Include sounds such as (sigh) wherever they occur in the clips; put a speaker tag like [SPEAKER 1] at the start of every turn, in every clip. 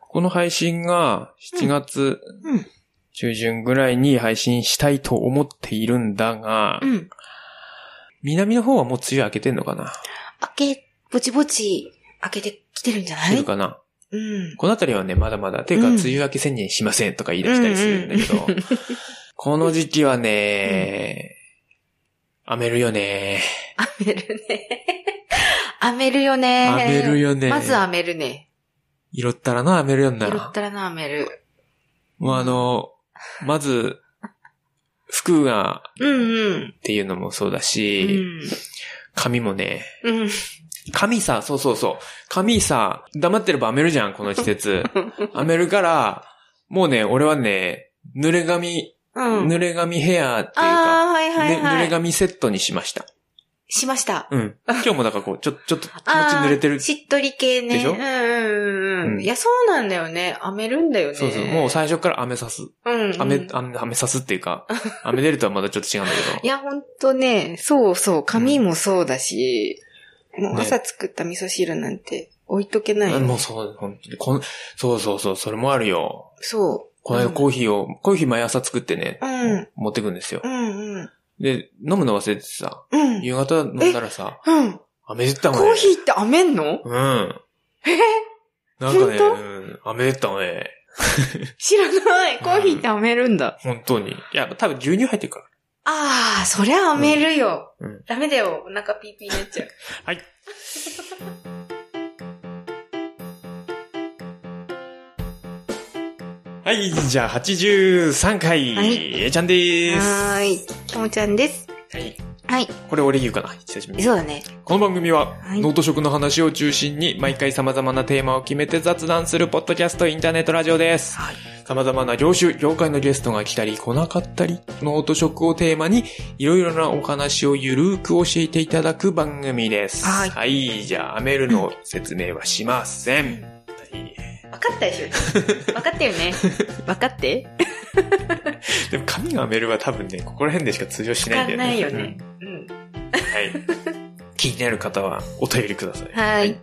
[SPEAKER 1] この配信が7月
[SPEAKER 2] うん
[SPEAKER 1] 中旬ぐらいに配信したいと思っているんだが、
[SPEAKER 2] うん。
[SPEAKER 1] 南の方はもう梅雨明けてんのかな
[SPEAKER 2] 開け、ぼちぼち、開けてきてるんじゃな
[SPEAKER 1] て
[SPEAKER 2] い
[SPEAKER 1] るかな
[SPEAKER 2] うん。
[SPEAKER 1] この辺りはね、まだまだ。ていうか、
[SPEAKER 2] うん
[SPEAKER 1] 梅雨明け宣言しませんとか言い出したりするんだけど、この時期はね、雨めるよね。
[SPEAKER 2] 編めるね。編めるよね。
[SPEAKER 1] 編めるよね
[SPEAKER 2] まず編めるね。
[SPEAKER 1] 色ったらな、雨めるよん
[SPEAKER 2] い
[SPEAKER 1] な。
[SPEAKER 2] ろったらな編める。
[SPEAKER 1] もうあの、まず、服が
[SPEAKER 2] うんうん。
[SPEAKER 1] っていうのもそうだ
[SPEAKER 2] う
[SPEAKER 1] し、
[SPEAKER 2] ん。
[SPEAKER 1] 髪もね、
[SPEAKER 2] うん。
[SPEAKER 1] 髪さ、そうそうそう。髪さ、黙ってれば編めるじゃん、この季
[SPEAKER 2] (laughs)
[SPEAKER 1] 節。編めるから、もうね、俺はね、濡れ髪、
[SPEAKER 2] うん。
[SPEAKER 1] 濡れ髪ヘアっていうか、
[SPEAKER 2] ああ、はいはい
[SPEAKER 1] ね濡
[SPEAKER 2] は
[SPEAKER 1] れ
[SPEAKER 2] い。
[SPEAKER 1] 髪セットにしました。
[SPEAKER 2] しました。 (laughs)
[SPEAKER 1] うん。今日もだからこう、ちょ、ちょっと気持ち
[SPEAKER 2] ああ
[SPEAKER 1] 濡れてる。
[SPEAKER 2] しっとり系ね。
[SPEAKER 1] でしょ
[SPEAKER 2] うんうんうん
[SPEAKER 1] う
[SPEAKER 2] うんん。いや、そうなんだよね。編めるんだよね。
[SPEAKER 1] そうそう。もう最初から雨さす。
[SPEAKER 2] うんうん。
[SPEAKER 1] 雨、雨、雨さすっていう
[SPEAKER 2] (laughs)
[SPEAKER 1] か、雨出るとはまだちょっと違うんだ
[SPEAKER 2] い
[SPEAKER 1] けど。
[SPEAKER 2] や、ほんとね、そうそう、髪もそうだし、もう
[SPEAKER 1] ね
[SPEAKER 2] 朝作った味噌汁なんて置いとけない。
[SPEAKER 1] もうそう、本当に。こんそうそうそう、それもあるよ。
[SPEAKER 2] そう。
[SPEAKER 1] この間コーヒーを、コーヒー毎朝作ってね、
[SPEAKER 2] うん
[SPEAKER 1] 持ってくんですよ
[SPEAKER 2] う。んうん。
[SPEAKER 1] で、飲むの忘れてさ、
[SPEAKER 2] うん。
[SPEAKER 1] 夕方飲んだらさ、
[SPEAKER 2] うん。
[SPEAKER 1] 雨出てたのね。
[SPEAKER 2] コーヒーって編めんの (laughs)
[SPEAKER 1] うん。なんかね、
[SPEAKER 2] 本
[SPEAKER 1] うん、雨出てたのね。
[SPEAKER 2] 知らない。コーヒーって編めるんだ。
[SPEAKER 1] 本当に。いや、多分牛乳入ってるから。
[SPEAKER 2] ああ、そりゃ編めるよ。
[SPEAKER 1] うんうん
[SPEAKER 2] ダメだよ。お腹ピーピーになっちゃう。
[SPEAKER 1] はい。はい、じゃあ83回、
[SPEAKER 2] はい
[SPEAKER 1] えいちゃん (laughs) でーす。
[SPEAKER 2] はーい。きもちゃんです。
[SPEAKER 1] はい。
[SPEAKER 2] はい。
[SPEAKER 1] これ俺言うかな、久しぶりに。
[SPEAKER 2] そうだね。
[SPEAKER 1] この番組は、
[SPEAKER 2] はい
[SPEAKER 1] ノート食の話を中心に、毎回様々なテーマを決めて雑談するポッドキャストインターネットラジオです。
[SPEAKER 2] はい
[SPEAKER 1] 様々な業種、業界のゲストが来たり来なかったり、ノート食をテーマに、いろいろなお話をゆるーく教えていただく番組です。
[SPEAKER 2] はい
[SPEAKER 1] じゃあ、アメルの説明はしません。はい
[SPEAKER 2] 分かったでし
[SPEAKER 1] (laughs)
[SPEAKER 2] ょ。分かったよね。分かって
[SPEAKER 1] でも、紙のアメルは多分ね、ここら辺でしか通用し
[SPEAKER 2] 分
[SPEAKER 1] ない
[SPEAKER 2] か
[SPEAKER 1] んだ
[SPEAKER 2] ん
[SPEAKER 1] よね。
[SPEAKER 2] ないよね。うん。
[SPEAKER 1] うん。はい。 (laughs) 気になる方は、お便りください。
[SPEAKER 2] はーい。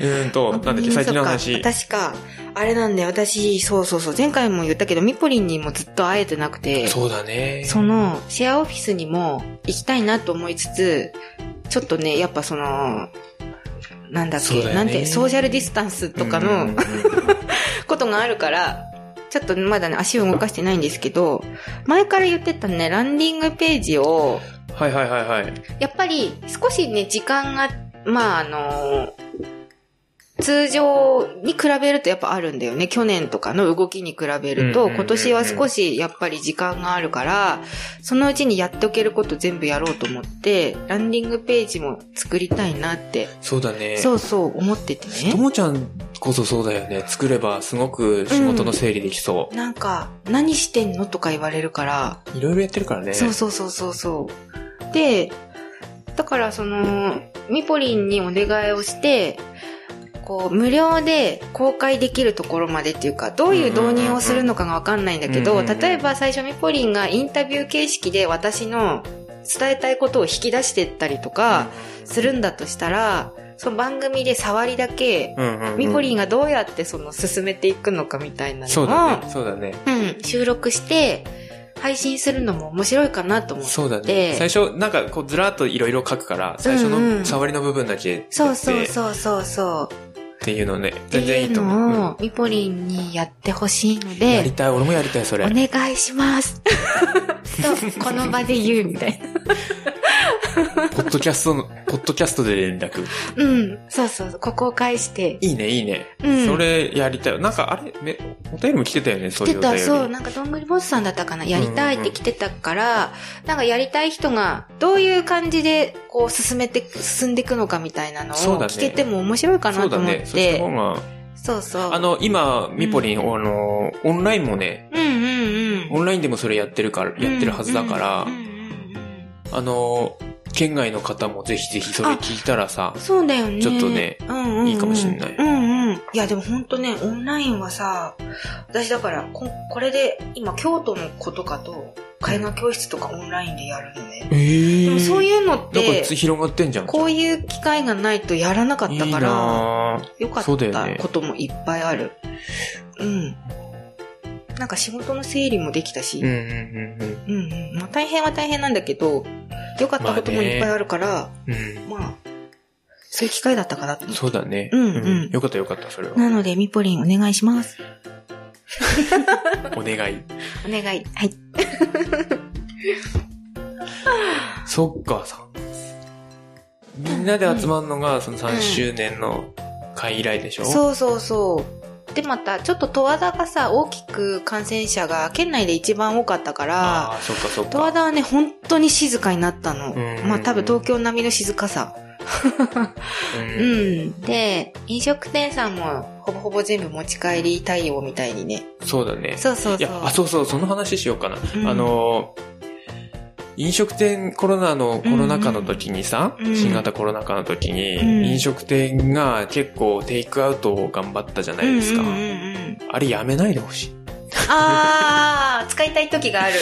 [SPEAKER 1] うーんと、なんだっけ、最近の話。
[SPEAKER 2] そうか確か、あれなんだよ。私、そうそうそう。前回も言ったけど、ミポリンにもずっと会えてなくて、
[SPEAKER 1] そうだね。
[SPEAKER 2] その、シェアオフィスにも行きたいなと思いつつ、ちょっとね、やっぱその、なんだっ
[SPEAKER 1] そう
[SPEAKER 2] け、
[SPEAKER 1] だよね
[SPEAKER 2] なんて、ソーシャルディスタンスとか
[SPEAKER 1] うんうん
[SPEAKER 2] の
[SPEAKER 1] うん
[SPEAKER 2] ことがあるから、ちょっとまだね、足を動かしてないんですけど、前から言ってたね、ランディングページを、
[SPEAKER 1] はいはいはいはい。
[SPEAKER 2] やっぱり少しね、時間が、まああの、通常に比べるとやっぱあるんだよね。去年とかの動きに比べる
[SPEAKER 1] うんうん
[SPEAKER 2] と、
[SPEAKER 1] うんうん
[SPEAKER 2] 今年は少しやっぱり時間があるから、そのうちにやっておけること全部やろうと思って、ランディングページも作りたいなって、
[SPEAKER 1] そうだね。
[SPEAKER 2] そうそう思ってて
[SPEAKER 1] と
[SPEAKER 2] ね。
[SPEAKER 1] もちゃんこそそうだよね。作ればすごく仕事の整理できそう。
[SPEAKER 2] なんか、何してんのとか言われるから、
[SPEAKER 1] いろいろやってるからね。
[SPEAKER 2] そうそうそうそうそう。で、だからその、ミポリンにお願いをして、こう、無料で公開できるところまでっていうか、どういう導入をするのかがわかんないんだけ
[SPEAKER 1] うん
[SPEAKER 2] ど、
[SPEAKER 1] うんうん
[SPEAKER 2] 例えば最初ミポリンがインタビュー形式で私の伝えたいことを引き出してったりとかするんだとしたら、その番組で触りだけ、
[SPEAKER 1] うんうんうん。
[SPEAKER 2] ミポリンがどうやってその進めていくのかみたいなの
[SPEAKER 1] そうだ
[SPEAKER 2] を
[SPEAKER 1] ね。、そうだね。
[SPEAKER 2] うん、収録して、配信するのも面白いかなと思って。
[SPEAKER 1] そうだね。
[SPEAKER 2] で
[SPEAKER 1] 最初、なんかこうずらーっといろいろ書くから、最初
[SPEAKER 2] うんう
[SPEAKER 1] の
[SPEAKER 2] ん
[SPEAKER 1] 触りの部分だけやって。
[SPEAKER 2] そうそう
[SPEAKER 1] う。
[SPEAKER 2] そうそうそう。
[SPEAKER 1] っていうのね。
[SPEAKER 2] って
[SPEAKER 1] 全然い
[SPEAKER 2] い
[SPEAKER 1] いうと思
[SPEAKER 2] の
[SPEAKER 1] う
[SPEAKER 2] を、ミポリンにやってほしいの
[SPEAKER 1] うん。やり
[SPEAKER 2] で、
[SPEAKER 1] たい。俺もやりたい、そ
[SPEAKER 2] お
[SPEAKER 1] れ。
[SPEAKER 2] 願いし
[SPEAKER 1] (laughs)
[SPEAKER 2] ます。と、この場で言うみたいな。
[SPEAKER 1] ポッドキャストの、ポッドキャストで連絡。
[SPEAKER 2] うん。そうそうそう。ここを返して。
[SPEAKER 1] いいね、いいね。
[SPEAKER 2] うん
[SPEAKER 1] それやりたい。なんかあれ、ね、お便りも来てたよね、そう
[SPEAKER 2] 来
[SPEAKER 1] いう
[SPEAKER 2] て
[SPEAKER 1] お便
[SPEAKER 2] た、
[SPEAKER 1] り。
[SPEAKER 2] そう。なんか、どんぐりボスさんだったかな。やりたいって来てたから、なんかやりたい人が、どういう感じで、こう、進めて、進んでいくのかみたいなのを
[SPEAKER 1] そうだね
[SPEAKER 2] 聞けても面白いか
[SPEAKER 1] そ
[SPEAKER 2] な
[SPEAKER 1] う
[SPEAKER 2] と
[SPEAKER 1] だ
[SPEAKER 2] 思っ
[SPEAKER 1] ね。そっちの方
[SPEAKER 2] て。
[SPEAKER 1] が
[SPEAKER 2] そうそう。
[SPEAKER 1] あの、今、ミポリン、あの、オンラインもね、
[SPEAKER 2] うんうんうん。
[SPEAKER 1] オンラインでもそれやってるから、やってるはずだから
[SPEAKER 2] うん、うんうん
[SPEAKER 1] あの、県外の方もぜひぜひそれ聞いたらさ
[SPEAKER 2] うん、そうだよね。
[SPEAKER 1] ちょっとね
[SPEAKER 2] うんうんうん、
[SPEAKER 1] いいかもしんない
[SPEAKER 2] うんうん。いや、でもほんとね、オンラインはさ、私だからこ、これで、今、京都の子とかと、絵画教室とかオンラインでやるのね。
[SPEAKER 1] えー、
[SPEAKER 2] でもそう
[SPEAKER 1] う
[SPEAKER 2] いうのっ
[SPEAKER 1] なん
[SPEAKER 2] て
[SPEAKER 1] か、つ広がってんじゃん。
[SPEAKER 2] こういう機会がないとやらなかった
[SPEAKER 1] いい
[SPEAKER 2] から、
[SPEAKER 1] な
[SPEAKER 2] 良かっ
[SPEAKER 1] そうだよ
[SPEAKER 2] た
[SPEAKER 1] ね
[SPEAKER 2] こともいっぱいある。うん。なんか仕事の整理もできたし、
[SPEAKER 1] ぁうんうんうん
[SPEAKER 2] うんうんまあ、大変は大変なんだけど、良かったこともいっぱいあるから、
[SPEAKER 1] うん。うん
[SPEAKER 2] まあ、そういう機会だったかなと思って。
[SPEAKER 1] そうだね。
[SPEAKER 2] うんうん
[SPEAKER 1] よかったよかった、それは。
[SPEAKER 2] なので、ミポリンお願いします。
[SPEAKER 1] お願い。
[SPEAKER 2] お願い。はい。
[SPEAKER 1] そっか、さ。みんなで集まるのが、その3周年の会以来でしょ、う。
[SPEAKER 2] そうそうそう。で、また、ちょっと十和田がさ、大きく感染者が県内で一番多かったから、
[SPEAKER 1] ああ、そっかそっ
[SPEAKER 2] 十和
[SPEAKER 1] か。
[SPEAKER 2] 田はね、本当に静かになったの。
[SPEAKER 1] うん
[SPEAKER 2] まあ多分東京並みの静かさ。
[SPEAKER 1] う
[SPEAKER 2] う。ん。で、飲食店さんもほぼほぼ全部持ち帰り対応みたいにね。
[SPEAKER 1] そうだね。
[SPEAKER 2] そうそうそう。
[SPEAKER 1] いや、あ、そうそう、その話しようかな。
[SPEAKER 2] ん
[SPEAKER 1] あのー、飲食店コロナの、コロナ禍の時にさ、
[SPEAKER 2] うん
[SPEAKER 1] 新型コロナ禍の時に、
[SPEAKER 2] うん
[SPEAKER 1] 飲食店が結構テイクアウトを頑張ったじゃないですか。
[SPEAKER 2] うんうんうんうん
[SPEAKER 1] あれやめないでほしい。
[SPEAKER 2] あー、使いたい
[SPEAKER 1] (laughs)
[SPEAKER 2] 時がある。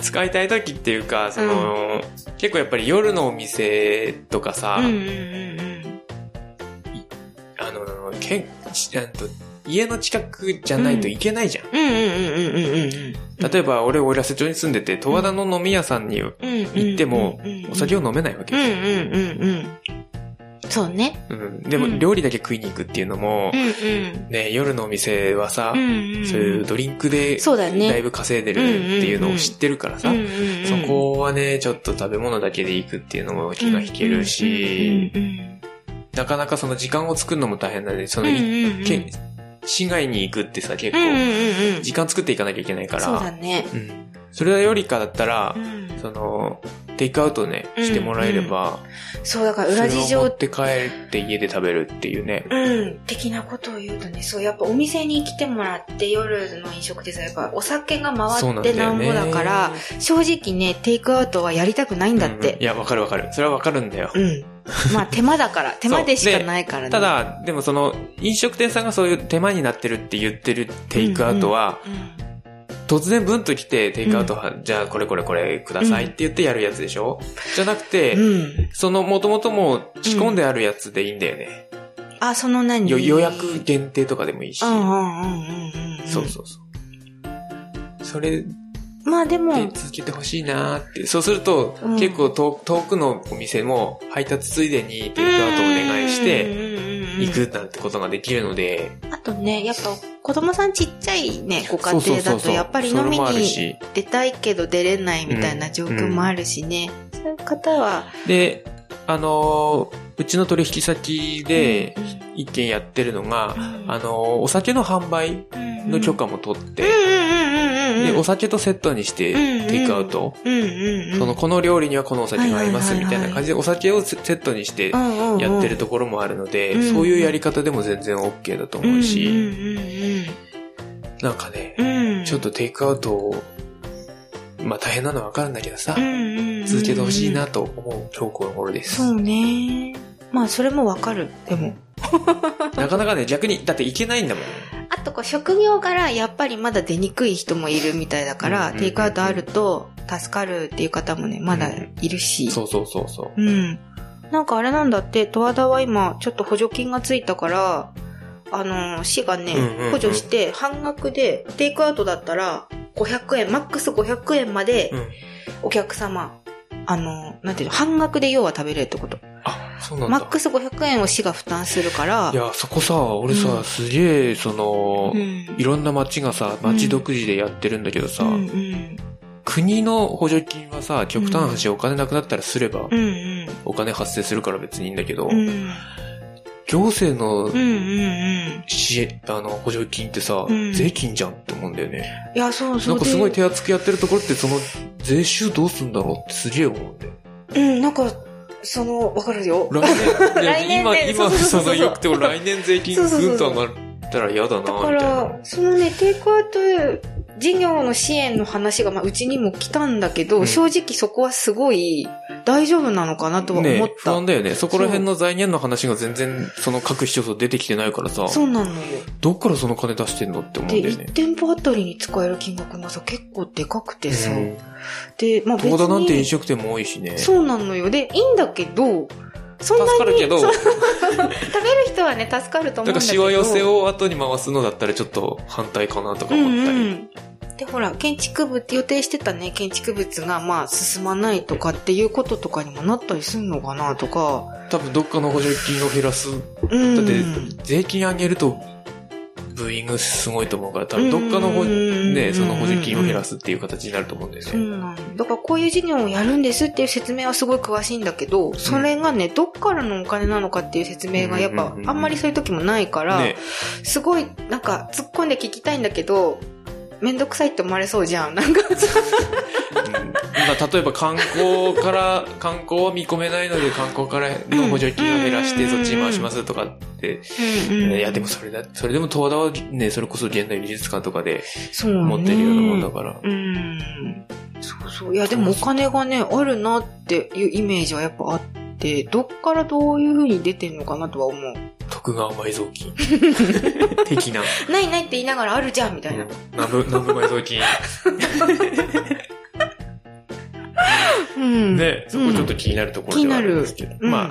[SPEAKER 1] 使いたい時っていうか、その、結構やっぱり夜のお店とかさ、
[SPEAKER 2] うんうんうんうん。
[SPEAKER 1] あの、けん、ちあと家の近くじゃないといけないじゃん。
[SPEAKER 2] うんうんうんうんうんうん。
[SPEAKER 1] 例えば、俺、俺ら瀬町に住んでて、十和田の飲み屋さんに
[SPEAKER 2] うんうんうんうん
[SPEAKER 1] 行っても、お酒を飲めないわけ
[SPEAKER 2] うん
[SPEAKER 1] よ
[SPEAKER 2] うんうんうん。そうね。
[SPEAKER 1] うん、で
[SPEAKER 2] うん
[SPEAKER 1] も、料理だけ食いに行くっていうのも
[SPEAKER 2] う、んうん。
[SPEAKER 1] ね、夜のお店はさ
[SPEAKER 2] う、んうん。
[SPEAKER 1] そういうドリンクで、
[SPEAKER 2] そうだね
[SPEAKER 1] だいぶ稼いでるっていうのを知ってるからさ
[SPEAKER 2] うん、うんうん
[SPEAKER 1] そこはね、ちょっと食べ物だけで行くっていうのも気が引けるし、
[SPEAKER 2] うんうん
[SPEAKER 1] なかなかその時間を作るのも大変なんで、その、
[SPEAKER 2] うんうんうん
[SPEAKER 1] け市外に行くってさ、結
[SPEAKER 2] うんうんうん
[SPEAKER 1] 構、
[SPEAKER 2] うん。
[SPEAKER 1] 時間作っていかなきゃいけないから、
[SPEAKER 2] そうだね。
[SPEAKER 1] うん。それよりかだったら
[SPEAKER 2] う、ん
[SPEAKER 1] その、テイクアウトね、してもらえれば、
[SPEAKER 2] そう、だから裏事
[SPEAKER 1] それを持
[SPEAKER 2] 情
[SPEAKER 1] って帰って家で食べるっていうね。
[SPEAKER 2] うん、的なことを言うとね、そう、やっぱお店に来てもらって夜の飲食店さん、やっぱお酒が
[SPEAKER 1] そう
[SPEAKER 2] 回
[SPEAKER 1] な
[SPEAKER 2] っ
[SPEAKER 1] ん
[SPEAKER 2] て
[SPEAKER 1] だ
[SPEAKER 2] な
[SPEAKER 1] よ
[SPEAKER 2] ん
[SPEAKER 1] ね
[SPEAKER 2] ぼだから、正直ね、テイクアウトはやりたくないんだっ
[SPEAKER 1] うん
[SPEAKER 2] て
[SPEAKER 1] い。や、わかるわかる。それはわかるんだよ
[SPEAKER 2] う。ん。まあ手間だ
[SPEAKER 1] (laughs)
[SPEAKER 2] から、手間でしかないからね。
[SPEAKER 1] た、だ、でもその、飲食店さんがそういう手間になってるって言ってるテイクアウトは、
[SPEAKER 2] うん。
[SPEAKER 1] 突然ブンと来て、テイクアウトは、じゃあこれこれこれくださいって言ってやるやつでしょじゃなくて、
[SPEAKER 2] うん。
[SPEAKER 1] その、もともともう仕込んであるやつでいいんだよね。
[SPEAKER 2] あ、その何
[SPEAKER 1] よ予約限定とかでもいいし。
[SPEAKER 2] うんうんうんうんうん。
[SPEAKER 1] そうそうそう。それで
[SPEAKER 2] まあでも、
[SPEAKER 1] 続けてほしいなーって。そうすると、
[SPEAKER 2] うん
[SPEAKER 1] 結構遠遠くのお店も配達ついでにテイクアウトお願いして行
[SPEAKER 2] て
[SPEAKER 1] くなんてことができるので、
[SPEAKER 2] あとね、やっぱ子供さんちっちゃいね、ご家
[SPEAKER 1] そうそう
[SPEAKER 2] 庭
[SPEAKER 1] そ
[SPEAKER 2] だ
[SPEAKER 1] うそ
[SPEAKER 2] と
[SPEAKER 1] う
[SPEAKER 2] やっぱり
[SPEAKER 1] そ
[SPEAKER 2] 飲
[SPEAKER 1] れ
[SPEAKER 2] み
[SPEAKER 1] もある
[SPEAKER 2] に
[SPEAKER 1] し。
[SPEAKER 2] 出たいけど出れないみたいな状況もあるしね。そういう方は、
[SPEAKER 1] で、あのーうちの取引先で
[SPEAKER 2] うん
[SPEAKER 1] 一軒やってるのが、
[SPEAKER 2] うん
[SPEAKER 1] あのーお酒の販売の許可も取って、
[SPEAKER 2] うんうんうんうんうん
[SPEAKER 1] で、
[SPEAKER 2] うん。
[SPEAKER 1] お酒とセットにして
[SPEAKER 2] うん
[SPEAKER 1] テイクアウト。
[SPEAKER 2] うんうんうん。
[SPEAKER 1] その、この料理にはこのお酒が合います
[SPEAKER 2] はい
[SPEAKER 1] み
[SPEAKER 2] はいはいは
[SPEAKER 1] たい
[SPEAKER 2] い
[SPEAKER 1] な感じで、お酒をセセットにしてやってるところもあるので、
[SPEAKER 2] うんうん
[SPEAKER 1] そういうやり方でも全然 OK だと
[SPEAKER 2] うんうん
[SPEAKER 1] 思
[SPEAKER 2] うん
[SPEAKER 1] うし、
[SPEAKER 2] う
[SPEAKER 1] なんかね、
[SPEAKER 2] んうん。
[SPEAKER 1] ちょっとテイクアウトを、まあ大変なのはわかるんだけどさ
[SPEAKER 2] う、んうんうんうん、
[SPEAKER 1] 続けてほしいなと思う今日この頃です。
[SPEAKER 2] そうね。まあ、それもわかる。でも。
[SPEAKER 1] なかなかね、逆に、だっていけないんだもん。
[SPEAKER 2] あと、こう、職業からやっぱりまだ出にくい人もいるみたいだから、
[SPEAKER 1] うんうんうん
[SPEAKER 2] テイクアウトあると助かるっていう方もね、まだいるし。
[SPEAKER 1] そうそうそうそう。
[SPEAKER 2] うん。なんかあれなんだって、十和田は今、ちょっと補助金がついたから、あのー市がね、
[SPEAKER 1] うんうんうん
[SPEAKER 2] 補助して、半額で、テイクアウトだったら、500円、マックス500円まで
[SPEAKER 1] う、ん。
[SPEAKER 2] お客様、あのーなんていうの、半額で要は食べれるってこと。
[SPEAKER 1] あ、そうなんだ。
[SPEAKER 2] マックス500円を市が負担するから、
[SPEAKER 1] いや、そこさ、俺さ、
[SPEAKER 2] うん
[SPEAKER 1] すげえ、その、
[SPEAKER 2] うん
[SPEAKER 1] いろんな町がさ、町独自でやってるんだけどさ、
[SPEAKER 2] うんうん
[SPEAKER 1] 国の補助金はさ、極端な話お金なくなったらすれば、
[SPEAKER 2] うんうん
[SPEAKER 1] お金発生するから別にいいんだけど、
[SPEAKER 2] うん
[SPEAKER 1] 行政の
[SPEAKER 2] うんうん
[SPEAKER 1] 支援、あの、補助金ってさ、
[SPEAKER 2] うん
[SPEAKER 1] 税金じゃんって思うんだよね。
[SPEAKER 2] いやそうそう
[SPEAKER 1] なんかすごい
[SPEAKER 2] で
[SPEAKER 1] 手厚くやってるところって、その、税収どうすんだろうってすげえ思うんだよ。
[SPEAKER 2] うんなんかそのわかるよ
[SPEAKER 1] 来年
[SPEAKER 2] (laughs) 来年ね
[SPEAKER 1] 今、今、
[SPEAKER 2] そうそうそうそう
[SPEAKER 1] そのよくても来年税金
[SPEAKER 2] そうそうそう
[SPEAKER 1] ぐんと上がったら嫌だな、み
[SPEAKER 2] だか
[SPEAKER 1] たいな
[SPEAKER 2] ら。そのねテイクアウト事業の支援の話が、まあ、うちにも来たんだけど、
[SPEAKER 1] うん
[SPEAKER 2] 正直そこはすごい大丈夫なのかなとは思
[SPEAKER 1] ね
[SPEAKER 2] っ
[SPEAKER 1] 不
[SPEAKER 2] た。
[SPEAKER 1] 安だよね。そこら辺の財源の話が全然、その各市町村出てきてないからさ、
[SPEAKER 2] そうなのよ。
[SPEAKER 1] どっからその金出してんのって思
[SPEAKER 2] で、
[SPEAKER 1] うんだよ
[SPEAKER 2] 1
[SPEAKER 1] ね。
[SPEAKER 2] 店舗あたりに使える金額がさ、結構でかくてさ。
[SPEAKER 1] うん
[SPEAKER 2] で、まあ別
[SPEAKER 1] 東
[SPEAKER 2] に。
[SPEAKER 1] 田なんて飲食店も多いしね。
[SPEAKER 2] そうなのよ。で、いいんだけど、そんなに
[SPEAKER 1] 助かるけど、
[SPEAKER 2] そ
[SPEAKER 1] だ
[SPEAKER 2] う食べる人はね、助かると思う
[SPEAKER 1] か
[SPEAKER 2] んだ
[SPEAKER 1] ら
[SPEAKER 2] けど。
[SPEAKER 1] しわ寄せを後に回すのだったらちょっと反対かなとか
[SPEAKER 2] うん
[SPEAKER 1] 思った
[SPEAKER 2] う
[SPEAKER 1] り。
[SPEAKER 2] ん。で、ほら、建築物、予定してたね、建築物が、まあ、進まないとかっていうこととかにもなったりすんのかなとか。
[SPEAKER 1] 多分どっかの補助金を減らす。
[SPEAKER 2] うん。
[SPEAKER 1] だって、税金上げると、ブーイングすごいと思うから、多分どっかの補
[SPEAKER 2] うん
[SPEAKER 1] ね、その補助金を減らすっていう形になると思うんだよ
[SPEAKER 2] そう
[SPEAKER 1] ね。
[SPEAKER 2] なんだからこういう事業をやるんですっていう説明はすごい詳しいんだけど、それがね、どっからのお金なのかっていう説明がやっ
[SPEAKER 1] うん
[SPEAKER 2] ぱ
[SPEAKER 1] うんうん
[SPEAKER 2] あんまりそういう時もないから、
[SPEAKER 1] ね、
[SPEAKER 2] すごいなんか突っ込んで聞きたいんだけど、めんどくさいって思われそうじゃん。なんか、
[SPEAKER 1] うんなんか例えば観光から、 (laughs) 観光は見込めないので観光からの補助金を減らして
[SPEAKER 2] うん
[SPEAKER 1] そっちに回しますとかって、いやでもそれだ、それでも東田はね、それこそ現代美術館とかで
[SPEAKER 2] そうね
[SPEAKER 1] 持ってるようなもんだから。
[SPEAKER 2] うん。そうそう。いや、でもお金がね、あるなっていうイメージはやっぱあって、どっからどういう風に出てんのかなとは思う。
[SPEAKER 1] 徳川埋蔵金。 (laughs) 的な。
[SPEAKER 2] ないないって言いながらあるじゃんみたいな。
[SPEAKER 1] 南部、南部埋蔵金。
[SPEAKER 2] うん。
[SPEAKER 1] ね、そこちょっと気になるところではあるんですけど。
[SPEAKER 2] うん
[SPEAKER 1] まあ、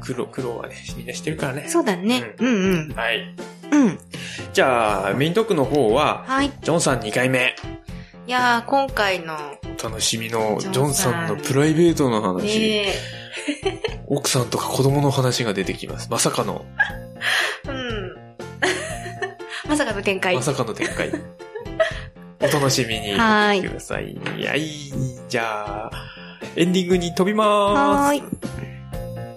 [SPEAKER 1] 苦労、苦労はね、みんなしてるからね。
[SPEAKER 2] そうだね。うんうん。
[SPEAKER 1] はい。
[SPEAKER 2] うん。
[SPEAKER 1] じゃあ、ミントクの方は、
[SPEAKER 2] はい。い
[SPEAKER 1] ジョンさん2回目。
[SPEAKER 2] やー、今回の、
[SPEAKER 1] お楽しみの、
[SPEAKER 2] ジ
[SPEAKER 1] ジ
[SPEAKER 2] ョ
[SPEAKER 1] ョ
[SPEAKER 2] ン
[SPEAKER 1] ン
[SPEAKER 2] さ
[SPEAKER 1] さ
[SPEAKER 2] ん
[SPEAKER 1] んのプライベートの話。
[SPEAKER 2] ね
[SPEAKER 1] 奥さんとか子供の話が出てきます。まさかの、
[SPEAKER 2] うん。 (laughs) まさかの展開。
[SPEAKER 1] まさかの展開。 (laughs) お楽しみに
[SPEAKER 2] はい
[SPEAKER 1] ください。はい。じゃあ、エンディングに飛びま
[SPEAKER 2] は
[SPEAKER 1] ー
[SPEAKER 2] ー
[SPEAKER 1] す。
[SPEAKER 2] い。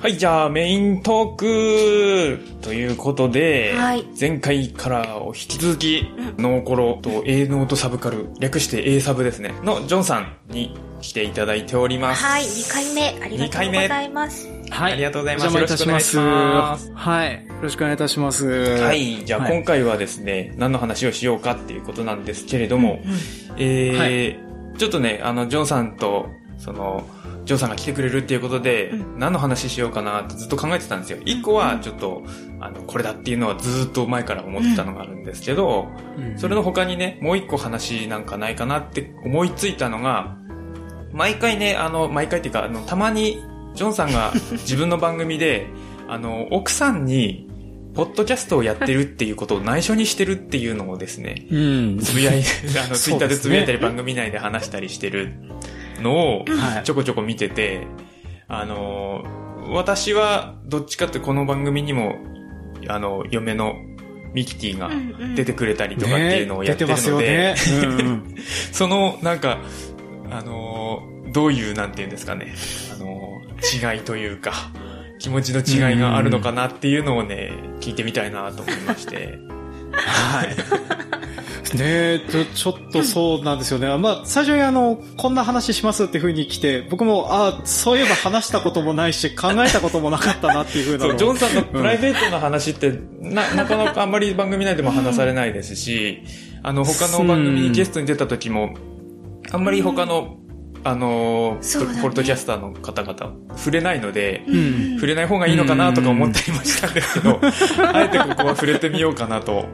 [SPEAKER 1] はい、じゃあメイントークということで、
[SPEAKER 2] はい
[SPEAKER 1] 前回からお引き続き、ノーコロと A ノートサブカル、略して A サブですね、のジョンさんに来ていただいております。
[SPEAKER 2] はい、2回目、ありがとうございます。
[SPEAKER 1] は。
[SPEAKER 3] はい
[SPEAKER 1] ありがとうござい
[SPEAKER 3] お
[SPEAKER 1] ます。
[SPEAKER 3] 邪魔いたします。
[SPEAKER 1] よろくお願いします
[SPEAKER 3] はい。よろしくお願いいたします。
[SPEAKER 1] は
[SPEAKER 3] はい。
[SPEAKER 1] い。じゃあ、
[SPEAKER 3] はい
[SPEAKER 1] 今回はですね、何の話をしようかっていうことなんですけれども、えーちょっとね、あの、ジョンさんと、その、ジョンさんが来てくれるっていうことで、
[SPEAKER 2] う
[SPEAKER 1] 何の話しようかなってずっと考えてたんですよ。一個
[SPEAKER 2] うん
[SPEAKER 1] は、ちょっと、あの、これだっていうのはずっと前から思ってたのがあるんですけど、それの他にね、もう一個話なんかないかなって思いついたのが、毎回ね、あの、毎回っていうか、あの、たまに、ジョンさんが自分の番組
[SPEAKER 2] (laughs)
[SPEAKER 1] で、あの、奥さんに、ポッドキャストをやってるっていうことを内緒にしてるっていうのをですね、
[SPEAKER 3] うん。
[SPEAKER 1] つぶ
[SPEAKER 3] (laughs)
[SPEAKER 1] やい、あの、ツイ
[SPEAKER 3] そ
[SPEAKER 1] ッ
[SPEAKER 3] う
[SPEAKER 1] ター
[SPEAKER 3] で
[SPEAKER 1] でつ
[SPEAKER 3] すね
[SPEAKER 1] ぶやいたり番組内で話したりしてるのを、
[SPEAKER 3] はい
[SPEAKER 1] ちょこちょこ見てて、あの、私は、どっちかってこの番組にも、あの、嫁のミキティが出てくれたりとかっていうのをやってるので、
[SPEAKER 3] ね出てますよね。うん
[SPEAKER 1] (laughs)
[SPEAKER 3] うん
[SPEAKER 1] その、なんか、あのーどういう、なんていうんですかね、あのー違いというか、気持ちの違いがあるのかなっていうのをね、聞いてみたいなと思いまして。
[SPEAKER 3] はい。ねえ、とちょっとそうなんですよね。まあ、最初にあの、こんな話しますって風に来て、僕も、ああ、そういえば話したこともないし、考えたこともなかったなっていう風
[SPEAKER 1] そ
[SPEAKER 3] な
[SPEAKER 1] う、ジョ
[SPEAKER 3] のを
[SPEAKER 1] ンさんのプライベートの話って、
[SPEAKER 2] (laughs)
[SPEAKER 1] な、なかなかあんまり番組内でも話されないですし、あの、他の番組にゲストに出た時も、あんまり他の、あの
[SPEAKER 2] そ
[SPEAKER 1] ー、
[SPEAKER 2] うだね
[SPEAKER 1] ポルトキャスターの方々、触れないので、
[SPEAKER 3] うん
[SPEAKER 1] 触れない方がいいのかなとか思ったりもしたんですけど、 (laughs) あえてここは触れてみようかなと。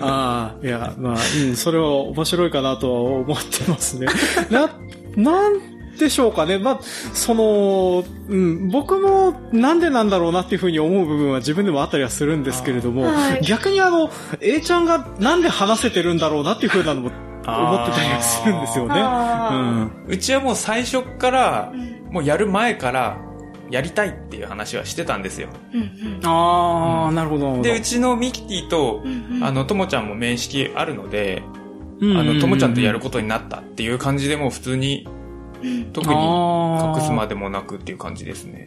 [SPEAKER 3] ああ、いや、まあ、うん、それは面白いかなとは思ってますね。 (laughs) な、なんでしょうかね。まあ、その、うん、僕もなんでなんだろうなっていうふうに思う部分は自分でもあったりはするんですけれども、
[SPEAKER 2] はい
[SPEAKER 3] 逆にあの、A ちゃんがなんで話せてるんだろうなっていうふうなのも思ってたりはするんですよね。う
[SPEAKER 2] あ
[SPEAKER 3] ん。
[SPEAKER 1] うちはもう最初から
[SPEAKER 2] ーう、ん
[SPEAKER 1] もうやる前から、やりたいっていう話はしてたんですよ。
[SPEAKER 2] うんうん
[SPEAKER 3] ああ、なるほど。
[SPEAKER 1] で、うちのミキティと
[SPEAKER 2] う、んうん
[SPEAKER 1] あの、ともちゃんも面識あるので、
[SPEAKER 3] うん、
[SPEAKER 1] あの、ともちゃんとやる
[SPEAKER 3] こ
[SPEAKER 1] ことになったっていう感じでもう普通に、
[SPEAKER 2] うん
[SPEAKER 1] 特に隠すま
[SPEAKER 3] で。
[SPEAKER 1] でもなくっていう感じですね。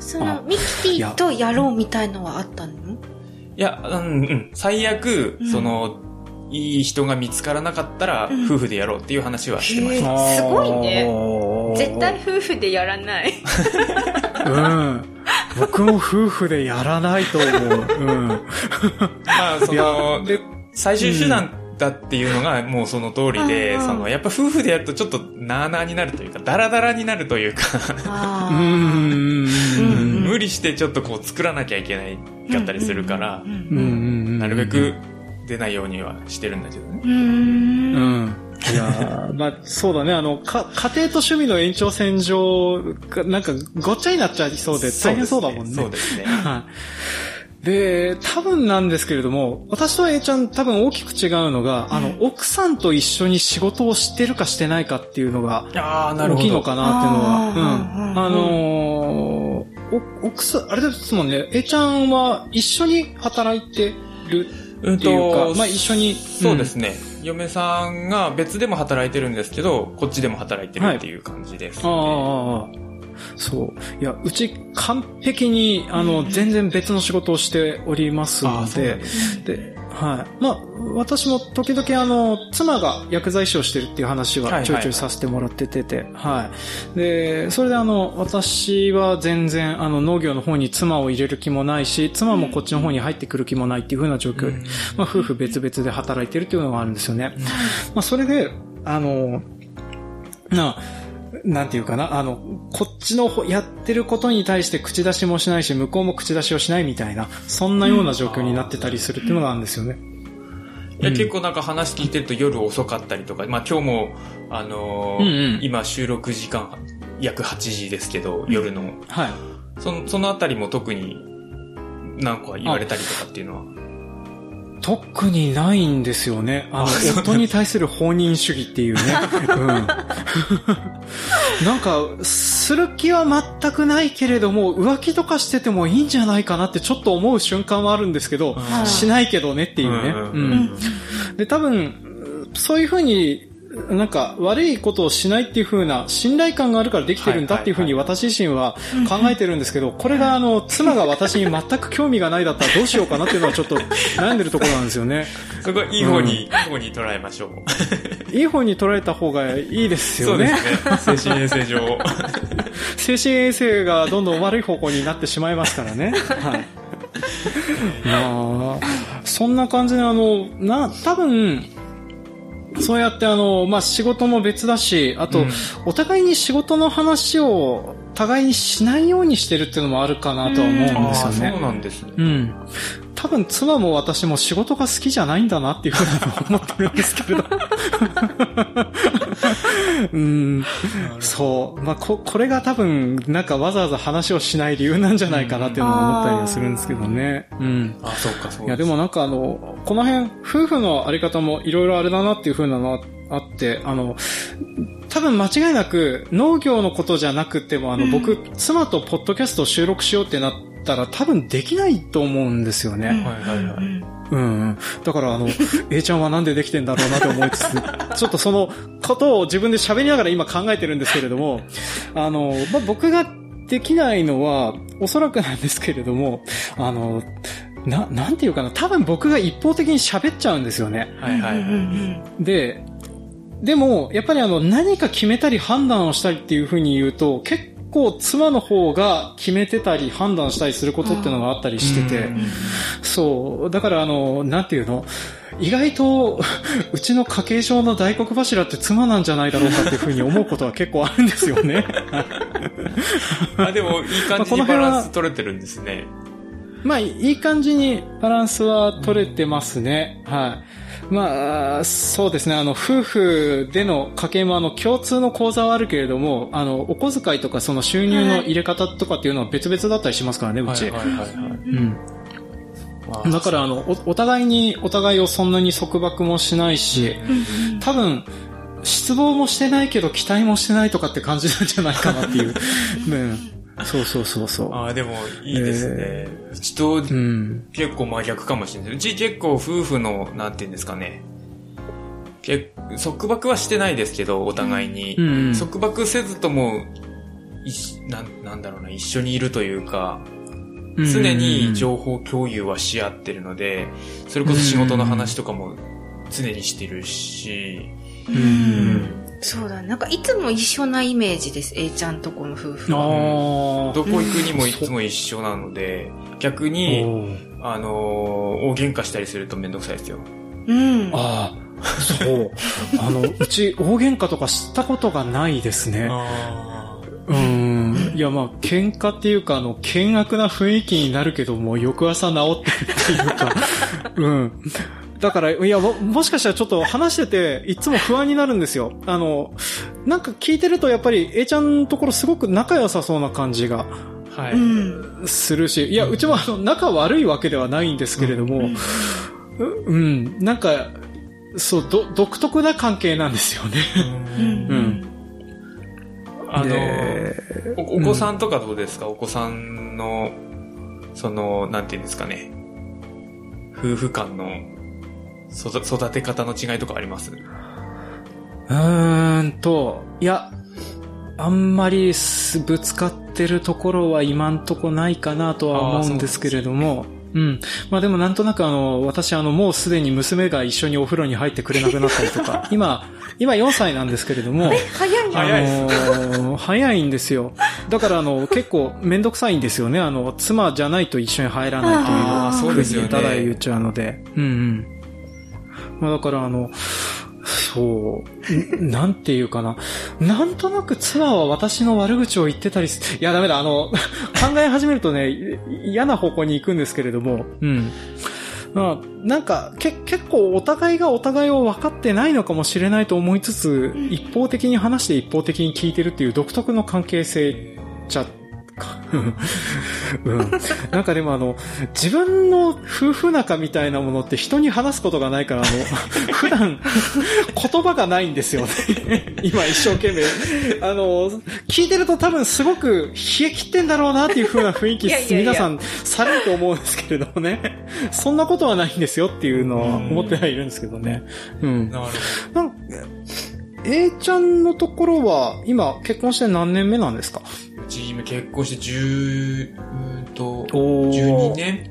[SPEAKER 2] そのミキティとやろうみたいのはあったの
[SPEAKER 1] いや、うん、うん最悪
[SPEAKER 2] うん、
[SPEAKER 1] その、いい人が見つからなかったら、
[SPEAKER 2] うん
[SPEAKER 1] 夫婦でやろうっていう話はしてま
[SPEAKER 2] へ
[SPEAKER 1] し
[SPEAKER 2] え
[SPEAKER 1] た。
[SPEAKER 2] すごいね
[SPEAKER 3] ね
[SPEAKER 2] 絶対夫婦でやらない。
[SPEAKER 3] うん。僕も夫婦でやらないと思う。うん。
[SPEAKER 1] まあ、そ
[SPEAKER 3] いや
[SPEAKER 1] の、で、最終手段だっていうのがもうその通りで、
[SPEAKER 2] うん
[SPEAKER 1] その、やっぱ夫婦でやるとちょっとなあなあになるというか、ダラダラになるというか、
[SPEAKER 2] あ
[SPEAKER 3] う
[SPEAKER 2] ー
[SPEAKER 3] ん。
[SPEAKER 2] うん
[SPEAKER 1] 無理してちょっとこう作らなきゃいけないかったりするから
[SPEAKER 2] う、んう
[SPEAKER 3] う
[SPEAKER 2] んうん
[SPEAKER 3] ん。
[SPEAKER 1] なるべく出ないようにはしてるんだけどね。
[SPEAKER 2] うー。
[SPEAKER 3] うんん。いやーまあ、そうだね、あの、か、家庭と趣味の延長線上が、なんか、ごっちゃになっちゃいそうで、大変そうだもんね。
[SPEAKER 1] そうですね。
[SPEAKER 3] はい。で、多分なんですけれども、私と A ちゃん多分大きく違うのが、あの、奥さんと一緒に仕事をしてるかしてないかっていうのが、
[SPEAKER 1] ああ、なる
[SPEAKER 3] 大
[SPEAKER 1] ほ
[SPEAKER 3] きいの
[SPEAKER 1] ど。
[SPEAKER 3] かなっていうの
[SPEAKER 2] あ
[SPEAKER 3] は、
[SPEAKER 2] ー
[SPEAKER 3] うん。あのー、お奥さん、あれですもんね、A ちゃんは一緒に働いてる
[SPEAKER 1] うん
[SPEAKER 3] っていうか
[SPEAKER 1] と、、
[SPEAKER 3] まあ一緒に、
[SPEAKER 1] そうですね。嫁さんが別でも働いてるんですけど、こっちでも働いてるっていう感じです。
[SPEAKER 3] ああああ、そう。いや、うち完璧に、あ
[SPEAKER 2] う
[SPEAKER 3] の、
[SPEAKER 2] ん
[SPEAKER 3] 全然別の仕事をしております
[SPEAKER 1] あ
[SPEAKER 3] の
[SPEAKER 1] あそうなん
[SPEAKER 3] で
[SPEAKER 1] で、
[SPEAKER 3] で、はい。まあ、私も時々あの、妻が薬剤師をしてるっていう話
[SPEAKER 1] はい
[SPEAKER 3] は
[SPEAKER 1] はい
[SPEAKER 3] ちょいちょいさせてもらっててて、はい。で、それであの、私は全然あの、農業の方に妻を入れる気もないし、妻もこっちの方に入ってくる気もないっていう風な状況で、
[SPEAKER 1] うん
[SPEAKER 3] まあ、夫婦別々で働いてるっていうのがあるんですよね。まあ、それで、あの、な、なんていうかな、あの、こっちのほやってることに対して口出しもしないし、向こうも口出しをしないみたいな、そんなような状況になってたりするっていうのがあるんですよね。
[SPEAKER 1] いや
[SPEAKER 3] うん
[SPEAKER 1] 結構なんか話聞いてると夜遅かったりとか、まあ今日も、あのー
[SPEAKER 3] うんうん
[SPEAKER 1] 今収録時間約8時ですけど、夜の、
[SPEAKER 3] はい。
[SPEAKER 1] そのそのあたりも特になんか言われたりとかっていうのは。
[SPEAKER 3] 特にないんですよね。あの
[SPEAKER 1] あそう、なんだ
[SPEAKER 3] 夫に対する放任主義っていうね。 (laughs) うん。なんか、する気は全くないけれども、浮気とかしててもいいんじゃないかなってちょっと思う瞬間はあるんですけど、
[SPEAKER 2] うん
[SPEAKER 3] しないけどねっていうね。
[SPEAKER 1] うん
[SPEAKER 2] う
[SPEAKER 1] うんん
[SPEAKER 3] うんで、多分、そういうふうに、なんか悪いことをしないっていうふうな信頼感があるからできてるんだっていうふうに私自身は考えてるんですけど、これがあの、妻が私に全く興味がないだったらどうしようかなっていうのはちょっと悩んでるところなんですよね。
[SPEAKER 1] そこはいい方に、いい方に捉えましょう。
[SPEAKER 3] いい方に捉えた方がいいです
[SPEAKER 1] そ
[SPEAKER 3] よ
[SPEAKER 1] うで
[SPEAKER 3] ね。
[SPEAKER 1] すね。精神衛生上。
[SPEAKER 3] 精神衛生がどんどん悪い方向になってしまいますからね。
[SPEAKER 1] (laughs)
[SPEAKER 3] はい。まあ、そんな感じで、あの、な、多分、そうやってあの、まあ仕事も別だし、あと、
[SPEAKER 1] うん
[SPEAKER 3] お互いに仕事の話を互いにしないようにしてるっていうのもあるかなとは思うん
[SPEAKER 1] あ
[SPEAKER 3] ですよ
[SPEAKER 1] あ、そう
[SPEAKER 3] ね。
[SPEAKER 1] なんですね。
[SPEAKER 3] うん。多分妻も私も仕事が好きじゃないんだなっていうふうに思ってるんですけ
[SPEAKER 1] (laughs)
[SPEAKER 3] れど。うん。そう。まあ、こ、これが多分、なんかわざわざ話をしない理由なんじゃないかなっていうのを思ったりはするんですけどね。うん。
[SPEAKER 1] あ、そうか、そう
[SPEAKER 3] いや、でもなんかあの、この辺、夫婦のあり方もいろいろあれだなっていう風なのあって、あの、多分間違いなく農業のことじゃなくても、あの、僕、妻とポッドキャストを収録しようってなったら多分できないと思うんですよね。
[SPEAKER 1] はいはいはい。
[SPEAKER 3] うんうん。だからあの、A (laughs) ちゃんはなんでできてんだろうなと思いつつ、 (laughs) ちょっとそのことを自分で喋りながら今考えてるんですけれども、あの、まあ、僕ができないのは、おそらくなんですけれども、あの、な、なんていうかな、多分僕が一方的に喋っちゃうんですよね。
[SPEAKER 1] はいはいはい。
[SPEAKER 3] で、でも、やっぱりあの、何か決めたり判断をしたりっていう風に言うと、結構妻の方が決めてたり判断したりすることっていうのがあったりしてて、
[SPEAKER 1] うん
[SPEAKER 3] そう。だから、あの、なんていうの意外と、 (laughs) うちの家計上の大黒柱って妻なんじゃないだろうかっていうふうに思うことは結構あるんです
[SPEAKER 1] (laughs)
[SPEAKER 3] よね。
[SPEAKER 1] あ、でも、いい感じ
[SPEAKER 3] まあこ
[SPEAKER 1] に
[SPEAKER 3] の辺
[SPEAKER 1] バ
[SPEAKER 3] は
[SPEAKER 1] ランス取れてるんですね。
[SPEAKER 3] まあ、いい感じにバランスは取れてますね。はい。まあ、そうですね。あの、夫婦での家計も、あの、共通の口座はあるけれども、あの、お小遣いとか、その収入の入れ方とかっていうのは別々だったりしますからね、う
[SPEAKER 1] はいは
[SPEAKER 3] ち。
[SPEAKER 1] いはい
[SPEAKER 3] うん。
[SPEAKER 1] はい。
[SPEAKER 3] だから、あの、おお互いに、お互いをそんなに束縛もしないし、多分、失望もしてないけど期待もしてないとかって感じなんじゃないかなっ
[SPEAKER 1] (laughs)
[SPEAKER 3] ていう。ねえそうそうそうそ
[SPEAKER 1] ああ、でも、いいですね。うちと
[SPEAKER 3] う。うん。
[SPEAKER 1] 結構真逆かもしれない。うち結構夫婦の、なんて言うんですかね。け束縛はしてないですけど、お互いに。
[SPEAKER 3] うん。
[SPEAKER 1] 束縛せずとも、いしなん、なんだろうな、一緒にいるというか、常に情報共有はし合ってるので、それこそ仕事の話とかも常にしてるし、
[SPEAKER 2] う。
[SPEAKER 1] うんん、
[SPEAKER 2] そうだね。なんかいつも一緒なイメージです。A ちゃんとこの夫婦は。
[SPEAKER 3] あ
[SPEAKER 1] どこ行くにもいつも一緒なので、逆に、
[SPEAKER 3] ー
[SPEAKER 1] あのー、大喧嘩したりするとめんどくさいですよ。
[SPEAKER 2] うん。
[SPEAKER 3] あー、そう。あの、うち、大喧嘩とかしたことがないですね。
[SPEAKER 1] あ
[SPEAKER 3] うん。いや、まあ、喧嘩っていうか、あの、険悪な雰囲気になるけども、翌朝治ってるっていう (laughs) か、うん。だから、いや、も、もしかしたらちょっと話してて、いつも不安になるんですよ。あの、なんか聞いてると、やっぱり、A ちゃんのところすごく仲良さそうな感じが
[SPEAKER 1] は
[SPEAKER 2] う
[SPEAKER 1] い。
[SPEAKER 2] ん。
[SPEAKER 3] するし、いや、うちもあの、仲悪いわけではないんですけれども、ううん、なんか、そう、ど、独特な関係なんですよね。
[SPEAKER 2] うん。う
[SPEAKER 3] う
[SPEAKER 2] んん。
[SPEAKER 1] あのー、
[SPEAKER 3] で
[SPEAKER 1] おお子さんとかどうですか、お子さんの、その、なんていうんですかね。夫婦間の育育て方の違いとかあります
[SPEAKER 3] うーんと、いや、あんまりすぶつかってるところは今んとこないかなとは思うんですけれども、うん。まあでもなんとなくあの、私あの、もうすでに娘が一緒にお風呂に入ってくれなくなったりと (laughs) か、今、今4歳なんですけれども、
[SPEAKER 2] 早いな。
[SPEAKER 1] 早いです
[SPEAKER 3] あのー早いんですよ。だからあの、結構めんどくさいんですよね。あの、妻じゃないと一緒に入らないというのは
[SPEAKER 2] あー
[SPEAKER 1] そうですよね
[SPEAKER 3] ただ言っちゃうので。うんうん。まあだからあの、そう、んなんていうかな。なんとなく妻は私の悪口を言ってたりす、いやダメだ、あの、考え始めるとね、い嫌な方向に行くんですけれども、うん。まあ、なんか、け、結構お互いがお互いを分かってないのかもしれないと思いつつ、一方的に話して一方的に聞いてるっていう独特の関係性ちゃ、か (laughs) うん。なんかでもあの、自分の夫婦仲みたいなものって人に話すことがないから、あの、 (laughs) 普段、言葉がないんですよね。 (laughs) 今一生懸命。あの、聞いてると多分すごく冷え切ってんだろうなっていう風な雰囲気
[SPEAKER 2] いやいやいや
[SPEAKER 3] 皆さんされると思うんですけれどもね。そんなことはないんですよっていうのは思ってはいるんですけどね。うん。
[SPEAKER 1] るほ
[SPEAKER 3] なんか、A ちゃんのところは、今、結婚して何年目なんですか
[SPEAKER 1] ど。うち今結婚して10、うーんと、
[SPEAKER 3] お
[SPEAKER 1] 12。年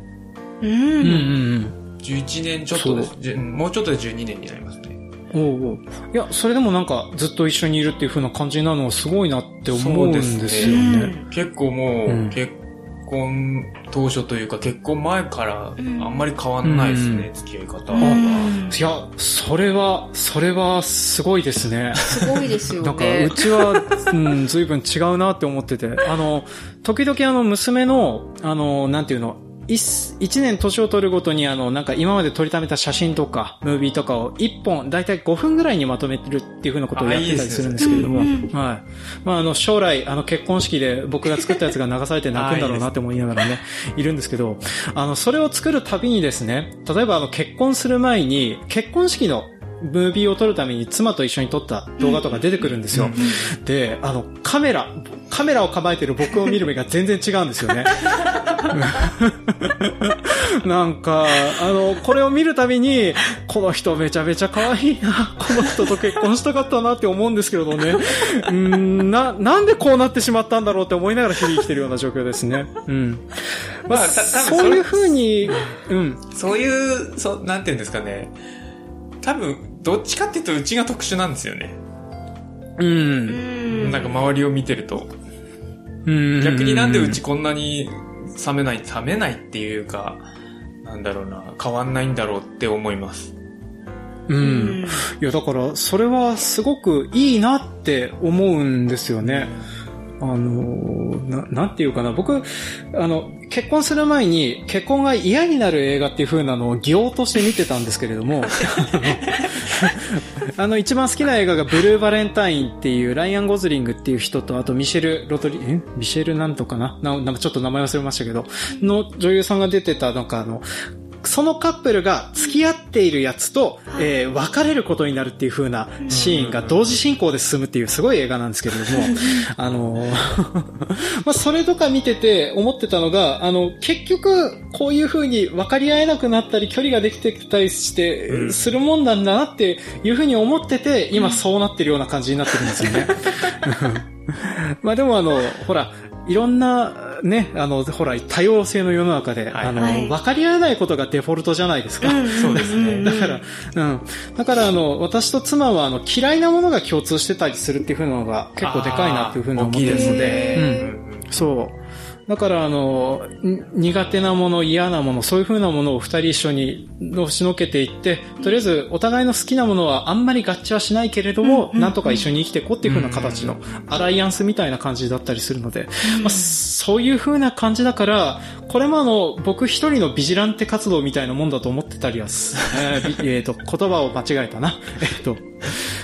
[SPEAKER 2] う
[SPEAKER 3] うんうん
[SPEAKER 2] ん。
[SPEAKER 3] うん。
[SPEAKER 1] ?11 年ちょっとで
[SPEAKER 3] そ
[SPEAKER 1] す。じゅもうちょっとで12年になりますね。
[SPEAKER 3] おうおういや、それでもなんか、ずっと一緒にいるっていう風な感じなのはすごいなって思うんですよ
[SPEAKER 1] そう
[SPEAKER 3] ね。
[SPEAKER 1] 結構もう、
[SPEAKER 3] うん
[SPEAKER 1] 結婚当初というか結婚前からあ
[SPEAKER 2] うん
[SPEAKER 1] んまり変わんないですね、
[SPEAKER 3] うん
[SPEAKER 1] 付き合い方
[SPEAKER 2] う
[SPEAKER 1] は。
[SPEAKER 2] ん。
[SPEAKER 3] いや、それは、それはすごいですね。
[SPEAKER 2] すごいですよ
[SPEAKER 3] なんか、
[SPEAKER 2] ね
[SPEAKER 3] う。ちは、うん、随分違うなって思ってて。あの、時々あの、娘の、あの、なんていうの、一一年年を取るごとに、あの、なんか今まで撮りためた写真とか、ムービーとかを一本、だいたい5分ぐらいにまとめてるっていうふうなことをやってたりするんですけれども、
[SPEAKER 2] あいいですね
[SPEAKER 3] はい。まあ、あの、将来、あの、結婚式で僕が作ったやつが流されて泣くんだろうなって思いながらね、いるんですけど、あの、それを作るたびにですね、例えばあの、結婚する前に、結婚式のムービーを撮るために妻と一緒に撮った動画とか出てくるんですよ。で、あの、カメラ、カメラを構えてる僕を見る目が全然違うんですよね。なんか、あの、これを見るたびに、この人めちゃめちゃ可愛いな、この人と結婚したかったなって思うんですけれどね、うーん、な、なんでこうなってしまったんだろうって思いながら日々生きてるような状況ですね。うん。まあ、
[SPEAKER 1] まあた多分
[SPEAKER 3] そういう風に、うん。
[SPEAKER 1] そういう、そう、なんていうんですかね。多分、どっちかっていうとうちが特殊なんですよね。
[SPEAKER 3] う。
[SPEAKER 2] うんん。
[SPEAKER 1] なんか周りを見てると。
[SPEAKER 3] うん。
[SPEAKER 1] 逆になんでうちこんなに冷めない、冷めないっていうか、なんだろうな、変わんないんだろうって思います。
[SPEAKER 3] う。
[SPEAKER 2] うんん。
[SPEAKER 3] いや、だから、それはすごくいいなって思うんですよね。あのー、な、なんていうかな。僕、あの、結婚する前に、結婚が嫌になる映画っていう風なのを擬音として見てたんですけれども、 (laughs) あの、一番好きな映画がブルーバレンタインっていう、ライアン・ゴズリングっていう人と、あとミシェル・ロトリ、えミシェルなんとかなななちょっと名前忘れましたけど、の女優さんが出てた、なんかあの、そのカップルが付き合っているやつと、えー別れることになるっていう風なシーンが同時進行で進むっていうすごい映画なんですけれども、
[SPEAKER 1] (laughs)
[SPEAKER 3] あの (laughs) ーまあそれとか見てて思ってたのが、あの、結局、こういう風に分かり合えなくなったり、距離ができてきたりして、
[SPEAKER 1] うん
[SPEAKER 3] するもんなんだなっていう風に思ってて、今そうなってるよう (laughs) な感じになってるんですよね。まあでもあの、ほら、いろんなね、あの、ほら、多様性の世の中で、
[SPEAKER 1] はい
[SPEAKER 3] あの、
[SPEAKER 2] はい
[SPEAKER 3] 分かり合えないことがデフォルトじゃないですか。
[SPEAKER 1] そうですね
[SPEAKER 3] だから、うん。だから、あの、私と妻は、あの、嫌いなものが共通してたりするっていうふうなのが結構でかいなっていうふうに思
[SPEAKER 1] 大
[SPEAKER 3] っ
[SPEAKER 1] きいで
[SPEAKER 3] てる
[SPEAKER 1] す
[SPEAKER 3] ので、
[SPEAKER 1] ね。
[SPEAKER 3] そう。だから、あの、に苦手なもの、嫌なもの、そういうふうなものを二人一緒にのしのけていって、とりあえずお互いの好きなものはあんまり合致はしないけれども、なんとか一緒に生きていこうっていうふうな形のアライアンスみたいな感じだったりするので、まあ、そういうふうな感じだから、これもあの、僕一人のビジランテ活動みたいなもんだと思ってたりはす、え
[SPEAKER 1] (laughs)
[SPEAKER 3] ーびえーと、言葉を間違えたな。えっと、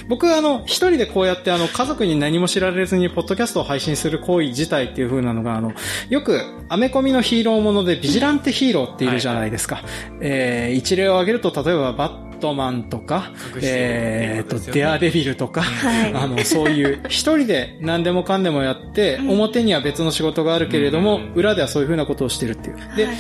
[SPEAKER 3] 僕あの、一人でこうやってあの、家族に何も知られずに、ポッドキャストを配信する行為自体っていう風なのが、あの、よく、アメコミのヒーローもので、ビジランテヒーローっているじゃないですか。えー、一例を挙げると、例えば、バットマンとか、
[SPEAKER 1] 隠してる
[SPEAKER 3] えーと、
[SPEAKER 1] っていうことですよね
[SPEAKER 3] デアデビルとか、
[SPEAKER 2] はい
[SPEAKER 3] あの、そういう、一人で何でもかんでもやって、表には別の仕事があるけれども
[SPEAKER 1] うん、
[SPEAKER 3] 裏ではそういう風なことをしてるっていう。で、
[SPEAKER 2] はい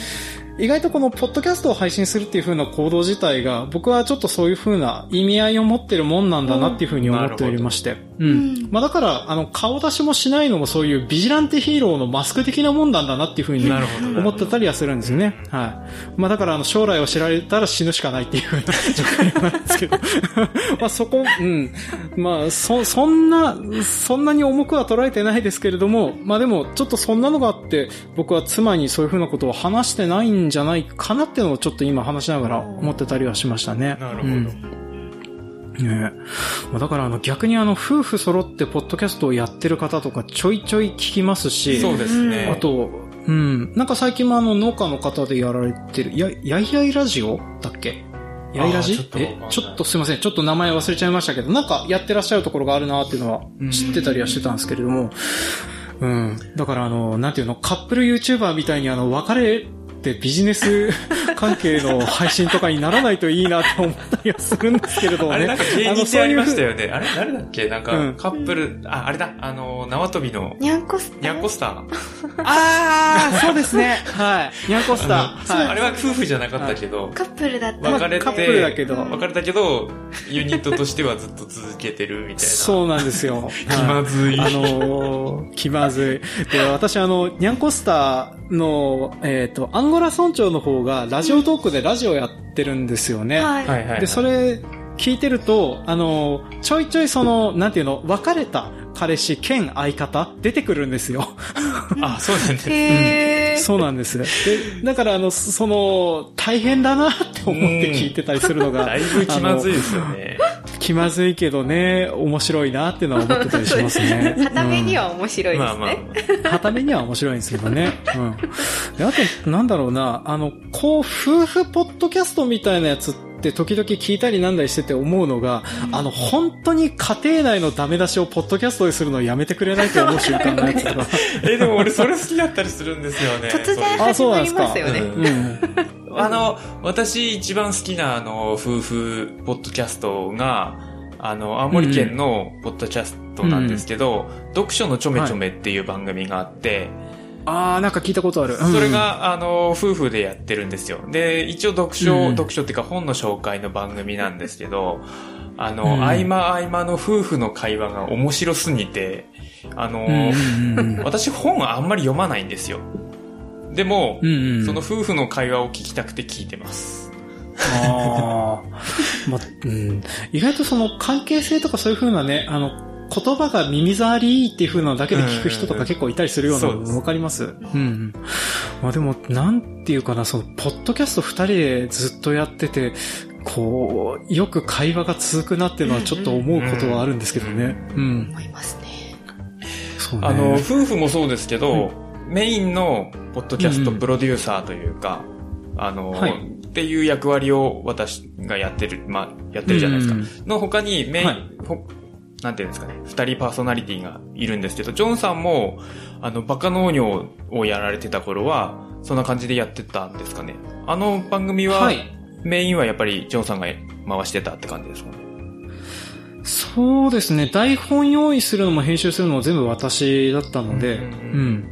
[SPEAKER 3] 意外とこのポッドキャストを配信するっていう風な行動自体が、僕はちょっとそういう風な意味合いを持ってるもんなんだなっていう風に思っておりまして。うん。
[SPEAKER 2] うん
[SPEAKER 3] まあだから、あの、顔出しもしないのもそういうビジランテヒーローのマスク的なもんなんだなっていう風に
[SPEAKER 1] なるほど。
[SPEAKER 3] 思ってたりはするんですよね。はい。まあだから、あの、将来を知られたら死ぬしかないっていうような状況なんですけど。 (laughs) まあそこ、うん。まあ、そ、そんな、そんなに重くは捉えてないですけれども、まあでも、ちょっとそんなのがあって、僕は妻にそういうふうなことを話してないんじゃないかなっていうのをちょっと今話しながら思ってたりはしましたね。
[SPEAKER 1] なる
[SPEAKER 3] う
[SPEAKER 1] ほ
[SPEAKER 3] ん
[SPEAKER 1] ど。
[SPEAKER 3] ねえ。まあだからあの逆にあの夫婦揃ってポッドキャストをやってる方とかちょいちょい聞きますし、
[SPEAKER 1] そうですね。
[SPEAKER 3] あと、うん、なんか最近もあの農家の方でやられてる、や、やいやいラジオだっけやいラ
[SPEAKER 1] あーちょっ
[SPEAKER 3] ジ
[SPEAKER 1] とわかん
[SPEAKER 3] え
[SPEAKER 1] ない、
[SPEAKER 3] ちょっとすいません、ちょっと名前忘れちゃいましたけど、なんかやってらっしゃるところがあるなっていうのは知ってたりはしてたんですけれども、うん。だからあの、なんていうの、カップル YouTuber みたいにあの、別れてビジネ
[SPEAKER 1] (laughs)
[SPEAKER 3] ス関係の配信とかにならないといいなと思ったりはするんですけれどもね。
[SPEAKER 1] あれなんか芸
[SPEAKER 3] の
[SPEAKER 1] 人
[SPEAKER 3] そ
[SPEAKER 1] で
[SPEAKER 3] う
[SPEAKER 1] ありました
[SPEAKER 3] いう
[SPEAKER 1] よね。あれ誰だっけなん
[SPEAKER 3] う
[SPEAKER 1] か
[SPEAKER 3] ん、
[SPEAKER 1] カップル、あ、あれだ、あの、縄跳びの、
[SPEAKER 2] にゃんこスター
[SPEAKER 1] ニャンコスター。
[SPEAKER 3] ふう。ああ、そうですね。はい。ニャンコスター。はい
[SPEAKER 1] あれは夫婦じゃなかったけど、
[SPEAKER 2] カップルだった
[SPEAKER 1] 別れて、
[SPEAKER 3] カップルだけど
[SPEAKER 1] 別れたけど、ユニットとしてはずっと続けてるみたいな。
[SPEAKER 3] そうなんで
[SPEAKER 1] (laughs)
[SPEAKER 3] すよ。
[SPEAKER 1] 気まずい。
[SPEAKER 3] あのー気まずい。で、私、あの、ニャンコスターの、えっ、と、アンゴラ村長の方が、ラジオトークでラジオやってるんですよね。
[SPEAKER 2] はい
[SPEAKER 1] はいはい。
[SPEAKER 3] で、それ、聞いてると、あのーちょいちょいその、なんていうの、別れた彼氏兼相方、出てくるんですよ。
[SPEAKER 1] あ、そうなんです。
[SPEAKER 2] へー。
[SPEAKER 3] そうなんです。で、だから、あの、その、大変だなって思って聞いてたりする
[SPEAKER 1] (laughs)
[SPEAKER 3] のが、
[SPEAKER 1] だいぶ気まずい
[SPEAKER 3] (laughs) あ
[SPEAKER 1] ですよね。
[SPEAKER 3] の気まずいけどね、面白いなっていうのは思ってたりしますね
[SPEAKER 2] (laughs) 片目に
[SPEAKER 3] は
[SPEAKER 2] は面白いで
[SPEAKER 1] まあ
[SPEAKER 2] す
[SPEAKER 1] まあ
[SPEAKER 2] ね。。
[SPEAKER 3] はためには面白いんですけどね。うん。で、あと、なんだろうな、あの、こう、夫婦ポッドキャストみたいなやつって時々聞いたりなんだりしてて思うのが、あの、本当に家庭内のダメ出しをポッドキャストでするのやめてくれないと思う瞬間のやつとか。
[SPEAKER 1] (laughs) え、でも俺それ好きだったりするんですよね。
[SPEAKER 2] 突然
[SPEAKER 3] あ
[SPEAKER 2] 始
[SPEAKER 3] そう
[SPEAKER 2] ま
[SPEAKER 3] なん
[SPEAKER 2] り
[SPEAKER 3] ですか
[SPEAKER 2] ますよね。
[SPEAKER 1] うん
[SPEAKER 3] (laughs) うん。
[SPEAKER 1] あの、私一番好きなあの、夫婦ポッドキャストが、あの、青森県のポッドキャストなんですけど、読書のちょめちょめっていう番組があって、
[SPEAKER 3] あー、なんか聞いたことある。うん
[SPEAKER 1] それ、が、あの、夫婦でやってるんですよ。で、一応読書、
[SPEAKER 3] うん
[SPEAKER 1] 読書っていうか本の紹介の番組なんですけど、あの、
[SPEAKER 3] うん
[SPEAKER 1] 合間合間の夫婦の会話が面白すぎて、あの、
[SPEAKER 3] うんうんうんうん
[SPEAKER 1] 私本はあんまり読まないんですよ。でも、
[SPEAKER 3] うんうん。
[SPEAKER 1] その夫婦の会話を聞きたくて聞いてます。
[SPEAKER 3] あーまうん、意外とその関係性とかそういう風なね、あの、言葉が耳障りいいっていう風なのだけで聞く人とか結構いたりするような
[SPEAKER 1] うんうんうんそうで
[SPEAKER 3] の
[SPEAKER 1] す
[SPEAKER 3] わかります。うん。まあでも、なんていうかな、その、ポッドキャスト二人でずっとやってて、こう、よく会話が続くなっていうのはちょっと思うことはあるんですけどね。うん。
[SPEAKER 2] 思いますね。
[SPEAKER 3] そうね。
[SPEAKER 1] あの、夫婦もそうですけど、
[SPEAKER 3] う
[SPEAKER 1] メインのポッドキャスト
[SPEAKER 3] うんうん
[SPEAKER 1] プロデューサーというか、あの、
[SPEAKER 3] はい
[SPEAKER 1] っていう役割を私がやってる、まあ、やってるじゃないですか。
[SPEAKER 3] うん
[SPEAKER 1] の他にメイン、
[SPEAKER 3] はい
[SPEAKER 1] ほなんていうんですかね、二人パーソナリティがいるんですけど、ジョンさんも、あの、バカ農業をやられてた頃は、そんな感じでやってたんですかね。あの番組は、
[SPEAKER 3] はい。
[SPEAKER 1] メインはやっぱりジョンさんが回してたって感じですかね。
[SPEAKER 3] そうですね。台本用意するのも編集するのも全部私だったので、
[SPEAKER 1] う
[SPEAKER 3] うんん
[SPEAKER 1] うん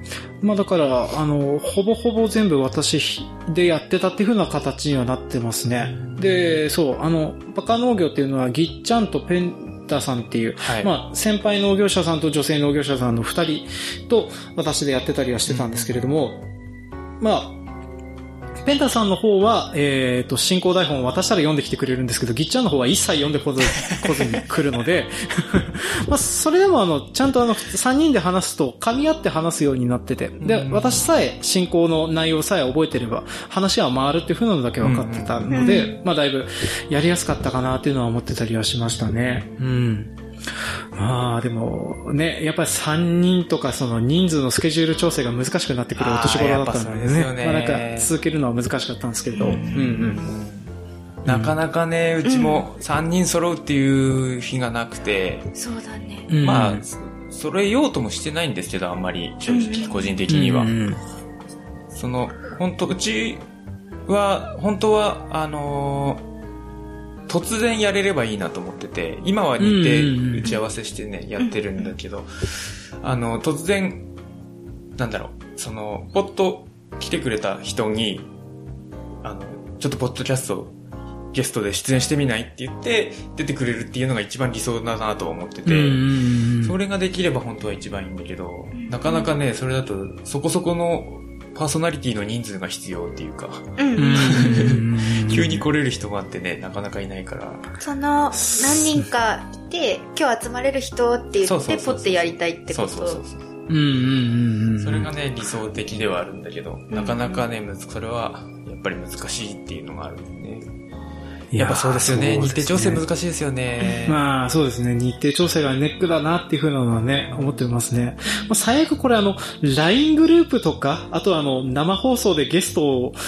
[SPEAKER 3] まあだから、あの、ほぼほぼ全部私でやってたっていう風な形にはなってますね。で、そう、あの、バカ農業っていうのは、ぎっちゃんとペン、田さんっていう、
[SPEAKER 1] はい
[SPEAKER 3] まあ、先輩農業者さんと女性農業者さんの二人と私でやってたりはしてたんですけれども、まあ、ペンタさんの方は、えっ、と、進行台本を渡したら読んできてくれるんですけど、ギッチャンの方は一切読んでこずこずに来るので、 (laughs) まあ、それでもあの、ちゃんとあの、三人で話すと、噛み合って話すようになってて、で
[SPEAKER 1] う、ん
[SPEAKER 3] 私さえ、進行の内容さえ覚えてれば、話は回るっていう風なのだけ分かってたので、まあ、だいぶ、やりやすかったかなっていうのは思ってたりはしましたね。うん。まあ、でも、ね、やっぱり3人とか、その人数のスケジュール調整が難しくなってくるお年頃だったので
[SPEAKER 1] あーやっぱそ
[SPEAKER 3] ね。
[SPEAKER 1] うですよね
[SPEAKER 3] まあ、なんか、続けるのは難しかったんですけれど。
[SPEAKER 1] うん
[SPEAKER 3] うん
[SPEAKER 1] なかなかね、うちも3人揃うっていう日がなくて、
[SPEAKER 2] そうだね。
[SPEAKER 3] うん。
[SPEAKER 1] まあ
[SPEAKER 3] うん、
[SPEAKER 1] 揃えようともしてないんですけど、あんまり、正
[SPEAKER 2] う
[SPEAKER 1] 直、
[SPEAKER 2] ん
[SPEAKER 1] 個人的には
[SPEAKER 3] う。ん
[SPEAKER 1] その、本当うちは、本当は、あのー突然やれればいいなと思ってて、今は日
[SPEAKER 3] うんうんうん
[SPEAKER 1] 程打ち合わせしてね、やってるんだけど、あの、突然、なんだろう、その、ポッと来てくれた人に、あの、ちょっとポッドキャストゲストで出演してみないって言って、出てくれるっていうのが一番理想だなとは思って
[SPEAKER 3] うんう
[SPEAKER 1] て、
[SPEAKER 3] んうん
[SPEAKER 1] それができれば本当は一番いいんだけど、なかなかね、それだとそこそこのパーソナリティの人数が必要っていうか、
[SPEAKER 2] うん。
[SPEAKER 3] うん
[SPEAKER 1] (laughs) 急に来れる人があってね、なかなかいないから。
[SPEAKER 2] その、何人かいて、今日集まれる人って
[SPEAKER 1] そ
[SPEAKER 2] 言
[SPEAKER 1] う
[SPEAKER 2] っ
[SPEAKER 1] そう
[SPEAKER 2] て、
[SPEAKER 1] そ
[SPEAKER 2] ポ
[SPEAKER 1] う
[SPEAKER 2] ッてやりたいって
[SPEAKER 1] そ
[SPEAKER 2] こ
[SPEAKER 1] うそうそう
[SPEAKER 2] と。
[SPEAKER 1] そう。
[SPEAKER 3] うんうんうんうん。
[SPEAKER 1] それがね、理想的ではあるんだけど、なかなかね、むずそれはやっぱり難しいっていうのがあるんでね。
[SPEAKER 3] いや、
[SPEAKER 1] やっぱそうですよね。日程調整
[SPEAKER 3] し
[SPEAKER 1] 難しいですよね
[SPEAKER 3] い。まあそうですね。日程調整がネックだなっていうふうなのはね、思ってますね。まあ、最悪これあの、LINE グループとか、あとはあの、生放送でゲストを、 (laughs)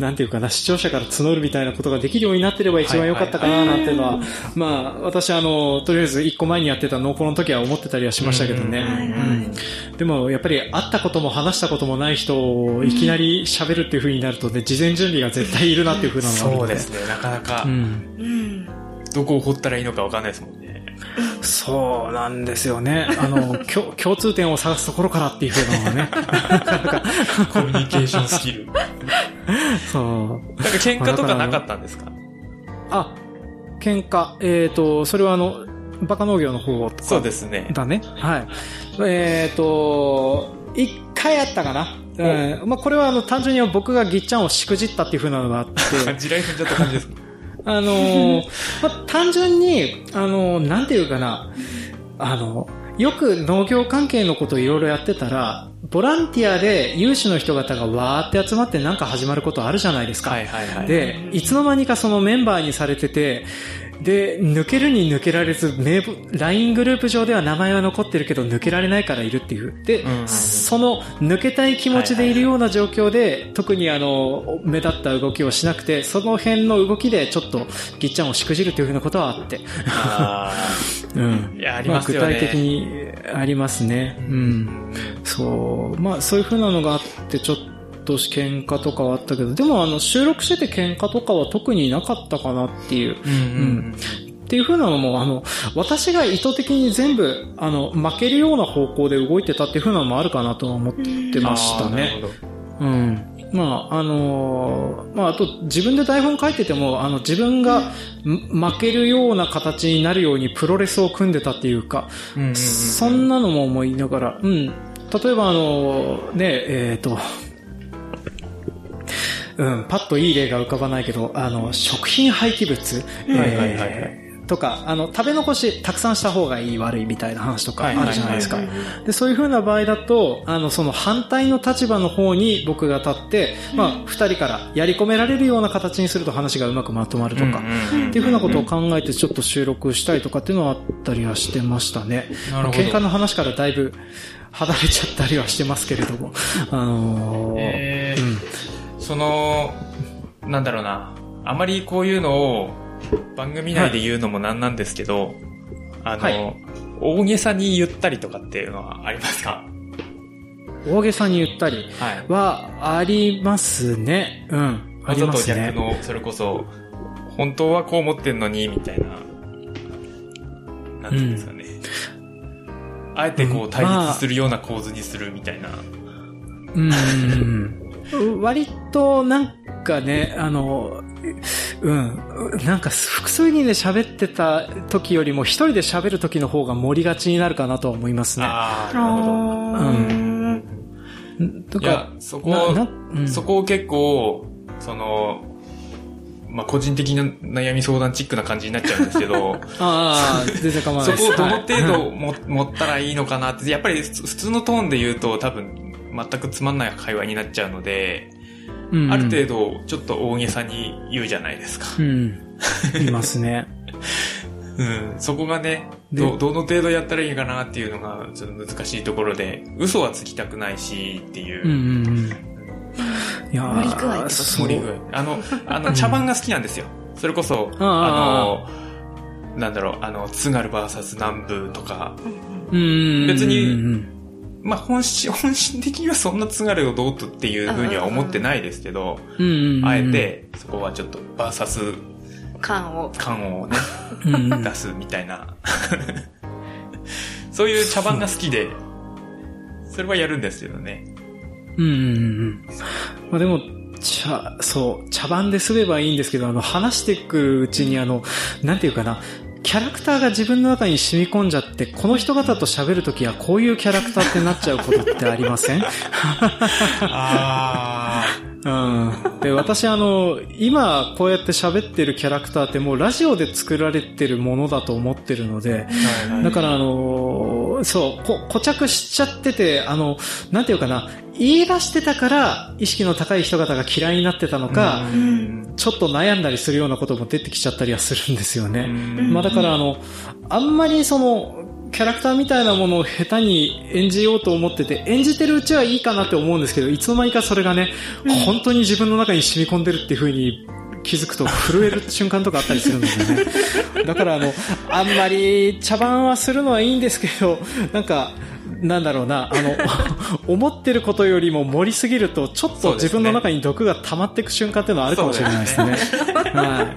[SPEAKER 3] なんていうかな、視聴者から募るみたいなことができるようになってれば一番良かったかななんていうのは、まあ私あの、とりあえず一個前にやってたノーコロの時は思ってたりはしましたけどね。
[SPEAKER 1] うん
[SPEAKER 2] はいは
[SPEAKER 3] う
[SPEAKER 2] い
[SPEAKER 3] んでも、やっぱり会ったことも話したこともない人をいきなり喋るっていう風になるとね、事前準備が絶対いるなっていう風なのがある
[SPEAKER 1] そ
[SPEAKER 3] の
[SPEAKER 1] うですね。なかなか
[SPEAKER 3] う、ん。
[SPEAKER 2] うん。
[SPEAKER 1] どこを掘ったらいいのかわかんないですもんね。
[SPEAKER 3] そうなんですよね。あの、きょ (laughs) 共通点を探すところからっていう風なのがね。 (laughs)
[SPEAKER 1] コミュニケーションスキル。なんか
[SPEAKER 3] そう。
[SPEAKER 1] 喧嘩とかなかったんですか
[SPEAKER 3] あ、喧嘩。えっ、と、それはあの、バカ農業の方
[SPEAKER 1] そうです
[SPEAKER 3] (laughs)
[SPEAKER 1] ね。
[SPEAKER 3] だね。はい。えっ、と、一回あったかな。うん。まあ、これはあの、単純に僕がぎっちゃんをしくじったっていう風なの (laughs) があって、
[SPEAKER 1] 地雷踏んじゃった感じですか
[SPEAKER 3] あのーまあ、単純に、あのーなんていうかな、あのよく農業関係のことをいろいろやってたら、ボランティアで有志の人々がわーって集まってなんか始まることあるじゃないですか。
[SPEAKER 1] いはいは
[SPEAKER 3] で、いつの間にかそのメンバーにされてて、で、抜けるに抜けられず、名簿、LINE グループ上では名前は残ってるけど、抜けられないからいるっていう。で、
[SPEAKER 1] うん
[SPEAKER 3] その抜けたい気持ちでいるような状況で、特にあの、目立った動きをしなくて、その辺の動きでちょっと、ぎっちゃんをしくじるというふうなことはあって。
[SPEAKER 1] あ
[SPEAKER 3] うん
[SPEAKER 1] ーいや、ありますよ
[SPEAKER 3] あ
[SPEAKER 1] ね。
[SPEAKER 3] 具体的にありますね。うんそう、まあそういう風なのがあって、ちょっと喧嘩とかはあったけど、でもあの収録してて喧嘩とかは特になかったかなっていう。
[SPEAKER 1] うんうん
[SPEAKER 3] っていう風なのも、あの、私が意図的に全部、あの、負けるような方向で動いてたっていう風なのもあるかなとは思って
[SPEAKER 1] うん。
[SPEAKER 3] ました
[SPEAKER 1] あーな
[SPEAKER 3] ね。
[SPEAKER 1] るほど
[SPEAKER 3] うん。まあ、あのーまあ、あと、自分で台本書いてても、あの、自分がん負けるような形になるようにプロレスを組んでたっていうか、
[SPEAKER 1] うんうんうん
[SPEAKER 3] そんなのも思いながら、うん。例えばあの、ね、えっ、と、うん、パッといい例が浮かばないけど、あの、食品廃棄物、えー
[SPEAKER 1] はいはいはいはい
[SPEAKER 3] とか、あの、食べ残したくさんした方がいい悪いみたいな話とか
[SPEAKER 1] はいはい
[SPEAKER 3] あ
[SPEAKER 1] は
[SPEAKER 3] る
[SPEAKER 1] い
[SPEAKER 3] じゃないですか
[SPEAKER 2] うん。
[SPEAKER 3] で、そういう風な場合だと、あの、その反対の立場の方に僕が立って、まあ、二人からやり込められるような形にすると話がうまくまとまるとか、
[SPEAKER 1] うんうん
[SPEAKER 3] っていうふうなことを考えてちょっと収録したりとかっていうのはあったりはしてましたね。
[SPEAKER 1] なるほど
[SPEAKER 3] 喧嘩の話からだいぶ離れちゃったりはしてますけれども。あのー
[SPEAKER 1] え
[SPEAKER 3] う
[SPEAKER 1] ー
[SPEAKER 3] ん
[SPEAKER 1] その、なんだろうな。あまりこういうのを番組内で言うのもなんなんですけど、あ
[SPEAKER 3] は
[SPEAKER 1] の、大げさに言ったりとかっていうのはありますか
[SPEAKER 3] 大げさに言ったり
[SPEAKER 1] はい。
[SPEAKER 3] はありますね。うん。あ
[SPEAKER 1] わ
[SPEAKER 3] り
[SPEAKER 1] ざ
[SPEAKER 3] ま
[SPEAKER 1] と
[SPEAKER 3] す
[SPEAKER 1] 逆
[SPEAKER 3] ね。
[SPEAKER 1] の、それこそ、本当はこう思ってんのに、みたいな。なんていうんですかね。あえてこ
[SPEAKER 3] う
[SPEAKER 1] うん対
[SPEAKER 3] まあ
[SPEAKER 1] 立するような構図にするみたいな。
[SPEAKER 3] うん。割となんかね、あの、うん。なんか、複数人で喋ってた時よりも、一人で喋る時の方が盛りがちになるかなとは思いますね。
[SPEAKER 1] ああ、なるほど。
[SPEAKER 2] あ
[SPEAKER 1] う
[SPEAKER 2] ー
[SPEAKER 1] ん
[SPEAKER 3] と
[SPEAKER 1] いや
[SPEAKER 3] か、、
[SPEAKER 1] そこ、
[SPEAKER 3] ななうん
[SPEAKER 1] そこを結構、その、まあ、個人的な悩み相談チックな感じになっちゃうんですけ
[SPEAKER 3] (laughs)
[SPEAKER 1] ど、
[SPEAKER 3] ああ、全然構わない
[SPEAKER 1] そ
[SPEAKER 3] です。
[SPEAKER 1] こをどの
[SPEAKER 3] はい
[SPEAKER 1] 程度も (laughs) 持ったらいいのかなって、やっぱり普通のトーンで言うと多分全くつまんない会話になっちゃうので、ある程度ちょっと大げさに言うじゃないですか。
[SPEAKER 3] うん。うん。いますね。
[SPEAKER 1] うん、そこがね、
[SPEAKER 3] で
[SPEAKER 1] ど、どの程度やったらいいかなっていうのがちょっと難しいところで、嘘はつきたくないしっていう。
[SPEAKER 3] うんうんうん。いやー
[SPEAKER 2] 盛り具合ってこと
[SPEAKER 3] そう
[SPEAKER 1] 盛り具合。あの、あ
[SPEAKER 3] (laughs)
[SPEAKER 1] の、茶番が好きなんですよ。それこそ、
[SPEAKER 3] ああ
[SPEAKER 1] あの、なんだろう、あの、津軽 VS 南部とか、
[SPEAKER 3] うんうんうん。
[SPEAKER 1] 別に
[SPEAKER 3] うんうん
[SPEAKER 1] まあ、本心、 (laughs) 本心的にはそんな津軽をどうとっていうふうには思ってないですけど、
[SPEAKER 3] うんうんうん。
[SPEAKER 1] あえて、そこはちょっと VS
[SPEAKER 2] 感を。
[SPEAKER 1] 感をね、
[SPEAKER 3] う
[SPEAKER 1] (laughs)
[SPEAKER 3] んうん、
[SPEAKER 1] 出すみたいな。 (laughs) そういう茶番が好きで、それはやるんですけどね。
[SPEAKER 3] うんうんうんうん。まあでも、茶、そう、茶番ですればいいんですけど、あの、話してくるうちに、あの、なんていうかな、キャラクターが自分の中に染み込んじゃって、この人方と喋るときはこういうキャラクターってなっちゃうことってありません
[SPEAKER 1] あ
[SPEAKER 3] うん。で、私あの、今こうやって喋ってるキャラクターってもうラジオで作られてるものだと思ってるので、
[SPEAKER 1] あ
[SPEAKER 3] だから、あのーそう、こ、固着しちゃってて、あの、なんていうかな、言い出してたから、意識の高い人方が嫌いになってたのか、ちょっと悩んだりするようなことも出てきちゃったりはするんですよね。まあだから、あの、あんまりその、キャラクターみたいなものを下手に演じようと思ってて、演じてるうちはいいかなって思うんですけど、いつの間にかそれがね、本当に自分の中に染み込んでるっていう風に気づくと震える瞬間とかあったりするんですよね。だからあの、あんまり茶番はするのはいいんですけど、なんか、なんだろうな、あの、思ってることよりも盛りすぎると、ちょっと自分の中に毒が溜まっていく瞬間っていうのはあるかもしれないですね。はい。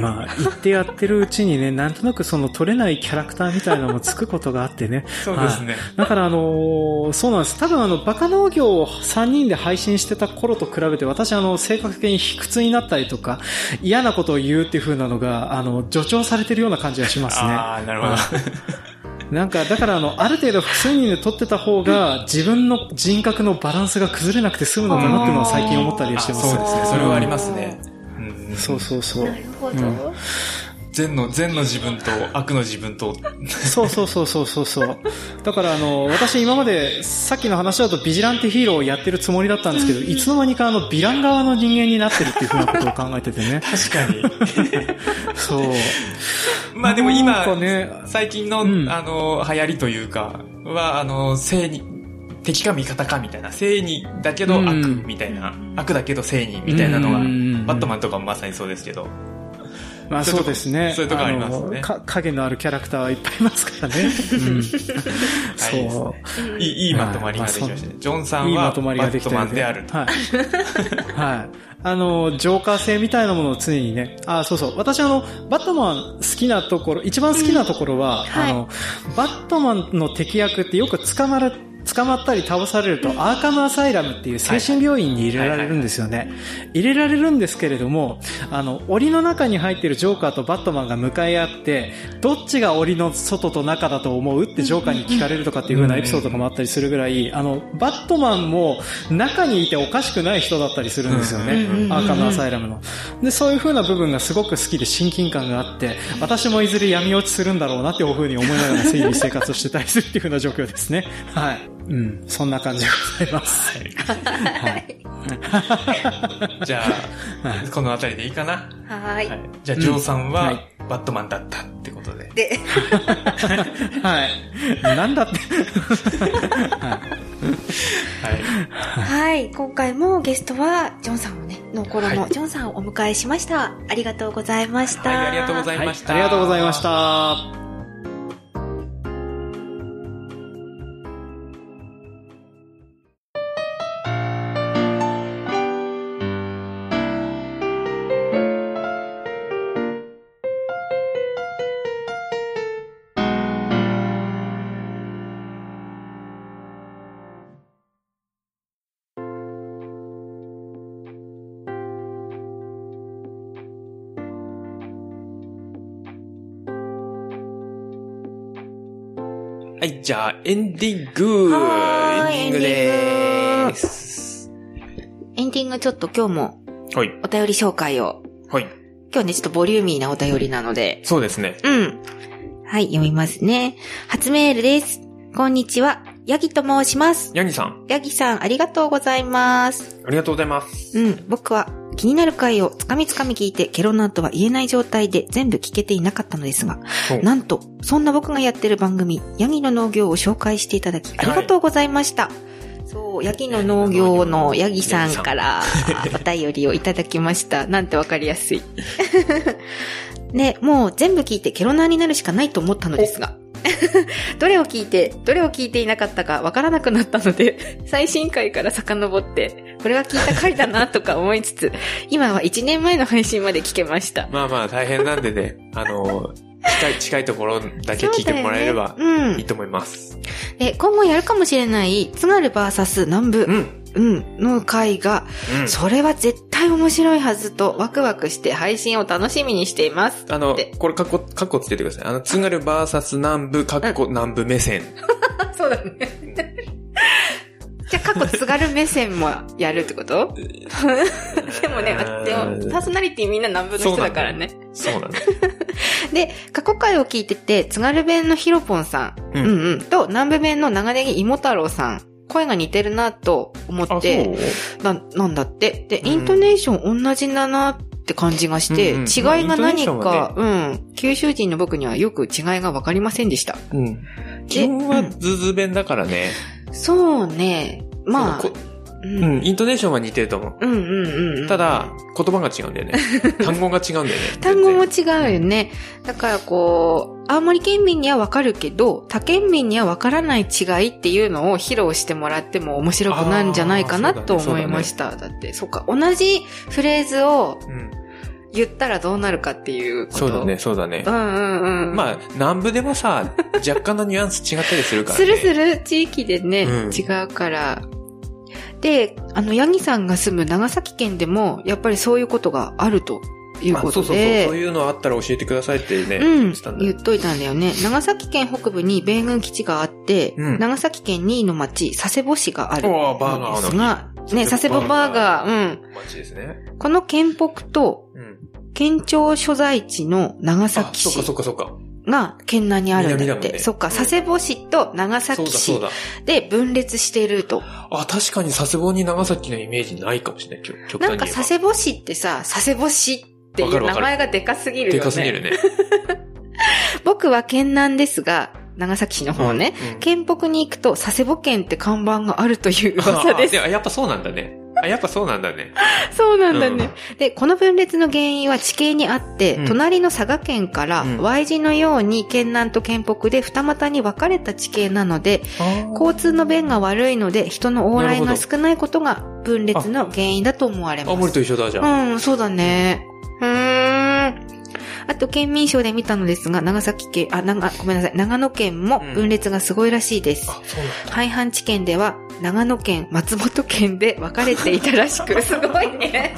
[SPEAKER 3] まあ、言ってやってるうちにね、なんとなくその取れないキャラクターみたいなのもつくことがあってね。
[SPEAKER 1] そうですね。
[SPEAKER 3] だからあのーそうなんです。多分あの、バカ農業を3人で配信してた頃と比べて、私あの、性格的に卑屈になったりとか、嫌なことを言うっていう風なのが、あの、助長されてるような感じがしますね。
[SPEAKER 1] ああ、なるほど。
[SPEAKER 3] なんか、だからあの、ある程度複数人で撮ってた方が、自分の人格のバランスが崩れなくて済むのかなっていうのは最近思ったりしてま
[SPEAKER 1] あ
[SPEAKER 3] す。
[SPEAKER 1] そうですね。それはありますね。うん
[SPEAKER 3] そうそうそう。
[SPEAKER 2] なるほど。
[SPEAKER 3] うん
[SPEAKER 1] 善の、善の自分と悪の自分と、。
[SPEAKER 3] そうそうそうそうそうそう。だからあの、私今までさっきの話だとビジランテヒーローをやってるつもりだったんですけど、いつの間にかあの、ヴィラン側の人間になってるっていうふうなことを考えててね
[SPEAKER 1] 確かに。
[SPEAKER 3] そう。
[SPEAKER 1] (laughs) まあでも
[SPEAKER 3] な
[SPEAKER 1] 今
[SPEAKER 3] ん、かね、
[SPEAKER 1] 最近の、
[SPEAKER 3] うん
[SPEAKER 1] あの、流行りというか、は、あの、正に、敵か味方かみたいな、正にだけど
[SPEAKER 3] う
[SPEAKER 1] 悪
[SPEAKER 3] ん
[SPEAKER 1] みたいな、悪だけど正にみたいなのが、
[SPEAKER 3] うん
[SPEAKER 1] バットマンとかもまさにそうですけど、
[SPEAKER 3] まあ
[SPEAKER 1] そういう
[SPEAKER 3] そ
[SPEAKER 1] と
[SPEAKER 3] う
[SPEAKER 1] こ
[SPEAKER 3] ですね。
[SPEAKER 1] そういうとこありますね
[SPEAKER 3] あのか影のあるキャラクターはいっぱいいますからね。うん、そう。
[SPEAKER 1] いい、いいまとまりができましたね。ジョンさん
[SPEAKER 3] いい
[SPEAKER 1] は、
[SPEAKER 3] ま
[SPEAKER 1] バ
[SPEAKER 3] とまりがで
[SPEAKER 1] ッ
[SPEAKER 3] きて
[SPEAKER 1] ト
[SPEAKER 3] る
[SPEAKER 1] マ
[SPEAKER 3] ん
[SPEAKER 1] ンであると。
[SPEAKER 3] はい。 (laughs) はい。あの、ジョーカー性みたいなものを常にね。あ、そうそう。私あの、バットマン好きなところ、一番好きなところは、
[SPEAKER 2] はい
[SPEAKER 3] あの、バットマンの敵役ってよく捕まる、捕まったり倒されると、アーカムアサイラムっていう精神病院に入れられるんですよね。入れられるんですけれども、あの、檻の中に入ってるジョーカーとバットマンが向かい合って、どっちが檻の外と中だと思うってジョーカーに聞かれるとかっていう風なエピソードとかもあったりするぐらい、あの、バットマンも中にいておかしくない人だったりするんですよね。
[SPEAKER 1] うんうん
[SPEAKER 2] うん
[SPEAKER 3] アーカムアサイラムの。で、そういう風な部分がすごく好きで親近感があって、私もいずれ闇落ちするんだろうなっていう風に思いながら推理生活をしてたりするっていう風な状況ですね。はい。うん。そんな感じでございます。はい。
[SPEAKER 1] じゃあ、このあたりでいいかな。
[SPEAKER 2] は。
[SPEAKER 1] はいいじゃあ、ジョーさん
[SPEAKER 3] うんは、
[SPEAKER 1] はいバットマンだったってことで。
[SPEAKER 2] で、
[SPEAKER 3] はい。なんだって。はい。
[SPEAKER 1] はい。
[SPEAKER 2] はい。今回もゲストは、ジョンさんをね、の頃のジョンさんをお迎えしました。ありがとうございました。
[SPEAKER 1] はい、ありがとうござい
[SPEAKER 3] はい
[SPEAKER 1] ました。
[SPEAKER 3] ありがとうございました。
[SPEAKER 1] はい、じゃあ、エンディング
[SPEAKER 2] はーい
[SPEAKER 1] エンディングでーす。
[SPEAKER 2] エンディングちょっと今日も
[SPEAKER 1] はい、
[SPEAKER 2] お便り紹介を。
[SPEAKER 1] はい。
[SPEAKER 2] 今日ね、ちょっとボリューミーなお便りなので。
[SPEAKER 1] そうですね。
[SPEAKER 2] うん。はい、読みますね。初メールです。こんにちは。ヤギと申します。
[SPEAKER 1] ヤギさん、
[SPEAKER 2] ヤギさん、ありがとうございます。
[SPEAKER 1] ありがとうございます。
[SPEAKER 2] うん、僕は気になる回をつかみつかみ聞いて、ケロナーとは言えない状態で全部聞けていなかったのですが、
[SPEAKER 1] そう
[SPEAKER 2] なんと、そんな僕がやってる番組、ヤギの農業を紹介していただき、ありがとうございました。そう、ヤギの農業のヤギさんからお便りをいただきました。なんてわかりやすい。 (laughs) ね、もう全部聞いてケロナーになるしかないと思ったのですが。 (laughs) どれを聞いて、どれを聞いていなかったかわからなくなったので、最新回から遡って、これは聞いた回だなとか思いつつ、今は1年前の配信まで聞けました。
[SPEAKER 1] まあまあ、大変なんでね、あの、近い、近いところだけ聞いてもらえれば
[SPEAKER 2] そうだよねうん
[SPEAKER 1] いいと思います。
[SPEAKER 2] え、今後やるかもしれない、津軽バーサス南
[SPEAKER 1] うん、
[SPEAKER 2] 部、
[SPEAKER 1] うん。
[SPEAKER 2] うん、の回が、それは絶対面白いはずとワクワクして配信を楽しみにしてい
[SPEAKER 1] (laughs)
[SPEAKER 2] ます。
[SPEAKER 1] あの
[SPEAKER 2] で、
[SPEAKER 1] これ、カッコ、カッコつけてください。あの、津軽バーサス南部、カッコ南部目線。
[SPEAKER 2] そうだね。じゃあ過去津軽目線もやるってことでもね、あでもパーソナリティみんな南部の人だからね。
[SPEAKER 1] そうなんだ。
[SPEAKER 2] で、過去回を聞いてて、津軽弁のヒロポンさん、
[SPEAKER 1] う
[SPEAKER 2] うん、うんうんと南部弁の長ネギ芋太郎さん、声が似てるなと思
[SPEAKER 1] あ、そ
[SPEAKER 2] っ
[SPEAKER 1] う
[SPEAKER 2] て、な、なんだって。で、
[SPEAKER 1] ん
[SPEAKER 2] イントネーション同じだなって感じがして、
[SPEAKER 1] うんうん
[SPEAKER 2] 違いが何
[SPEAKER 1] まあイ
[SPEAKER 2] か、うん。九州人の僕にはよく違いが分かりませんでした。
[SPEAKER 1] うん。基本はズズ弁だからね。
[SPEAKER 2] そうね。まあ
[SPEAKER 1] そのこ、
[SPEAKER 2] うん、
[SPEAKER 1] うん、イントネーションは似てると思う。
[SPEAKER 2] うんうんうん。
[SPEAKER 1] た、だ、言葉が違うんだよね。単語が違うんだよね。
[SPEAKER 2] 単語も
[SPEAKER 1] 全然
[SPEAKER 2] 違うよね。だからこう、青森県民には分かるけど、他県民には分からない違いっていうのを披露してもらっても面白くなるんじゃないかな
[SPEAKER 1] あー
[SPEAKER 2] と思いました。だって、そうか、同じフレーズを
[SPEAKER 1] うん。
[SPEAKER 2] 言ったらどうなるかっていうこと。
[SPEAKER 1] そうだね、そうだね
[SPEAKER 2] う。んうんうん。
[SPEAKER 1] まあ、南部でも
[SPEAKER 2] (laughs)
[SPEAKER 1] さ、若干のニュアンス違ったりするから
[SPEAKER 2] す
[SPEAKER 1] ね。
[SPEAKER 2] るする地域でね、
[SPEAKER 1] うん
[SPEAKER 2] 違うから。で、あの、ヤギさんが住む長崎県でも、やっぱりそういうことがあるという
[SPEAKER 1] まあそ
[SPEAKER 2] こ
[SPEAKER 1] うそ
[SPEAKER 2] と
[SPEAKER 1] うそう。そう
[SPEAKER 2] で。
[SPEAKER 1] いうのあったら教えてくださいってね、
[SPEAKER 2] う
[SPEAKER 1] 言
[SPEAKER 2] ん
[SPEAKER 1] ってたん、だ
[SPEAKER 2] 言っ
[SPEAKER 1] よ。
[SPEAKER 2] といたんだよね。長崎県北部に米軍基地があって、
[SPEAKER 1] うん
[SPEAKER 2] 長崎県2位の町、佐世保市がある
[SPEAKER 1] お
[SPEAKER 2] ん
[SPEAKER 1] ーバーガー
[SPEAKER 2] です
[SPEAKER 1] の
[SPEAKER 2] が、ね、佐世保バーガー、
[SPEAKER 1] 街ですね。
[SPEAKER 2] うん。この県北と
[SPEAKER 1] うん。
[SPEAKER 2] 県庁所在地の長
[SPEAKER 1] あ、
[SPEAKER 2] 崎
[SPEAKER 1] そっかそ
[SPEAKER 2] 市
[SPEAKER 1] っかそっか。
[SPEAKER 2] が県内にあるんだ
[SPEAKER 1] 南だ
[SPEAKER 2] っ
[SPEAKER 1] もん
[SPEAKER 2] て。
[SPEAKER 1] ね
[SPEAKER 2] そっか、
[SPEAKER 1] うん
[SPEAKER 2] 佐世保市と長
[SPEAKER 1] そう
[SPEAKER 2] 崎
[SPEAKER 1] だ
[SPEAKER 2] 市
[SPEAKER 1] そうだ。
[SPEAKER 2] で分裂していると。
[SPEAKER 1] あ、確かに佐世保に長崎のイメージないかもしれない。きょ極端に言
[SPEAKER 2] な
[SPEAKER 1] えば。
[SPEAKER 2] んか佐世保市ってさ、佐世保市ってい
[SPEAKER 1] わか
[SPEAKER 2] う
[SPEAKER 1] るわ
[SPEAKER 2] 名
[SPEAKER 1] かる
[SPEAKER 2] 前がでかすぎるよね。
[SPEAKER 1] でかすぎるね。
[SPEAKER 2] 僕は県南ですが、長崎市の方ね。
[SPEAKER 1] うん
[SPEAKER 2] 県北に行くと佐世保県って看板があるという噂で
[SPEAKER 1] あ
[SPEAKER 2] す。
[SPEAKER 1] あやっぱそうなんだね。あ、やっぱそうなんだね。
[SPEAKER 2] (laughs) そうなんだね、で、この分裂の原因は地形にあって、
[SPEAKER 1] うん
[SPEAKER 2] 隣の佐賀県から
[SPEAKER 1] うん
[SPEAKER 2] Y 字のように県南と県北で二股に分かれた地形なので、
[SPEAKER 1] こ
[SPEAKER 2] 交通の便が悪いので人の往
[SPEAKER 1] な
[SPEAKER 2] 来が
[SPEAKER 1] るほ
[SPEAKER 2] 少ないことが分裂の原因だと思われます。
[SPEAKER 1] 青森と一緒だじゃん。
[SPEAKER 2] うん、そうだね。うーん。あと、県民賞で見たのですが、長崎県、あ、長、ごめんなさい、長野県も分裂がすごいらしいです。
[SPEAKER 1] あ、そうなんだ。
[SPEAKER 2] 廃藩置県では、長野県、松本県で分かれていたらしく、すごいね。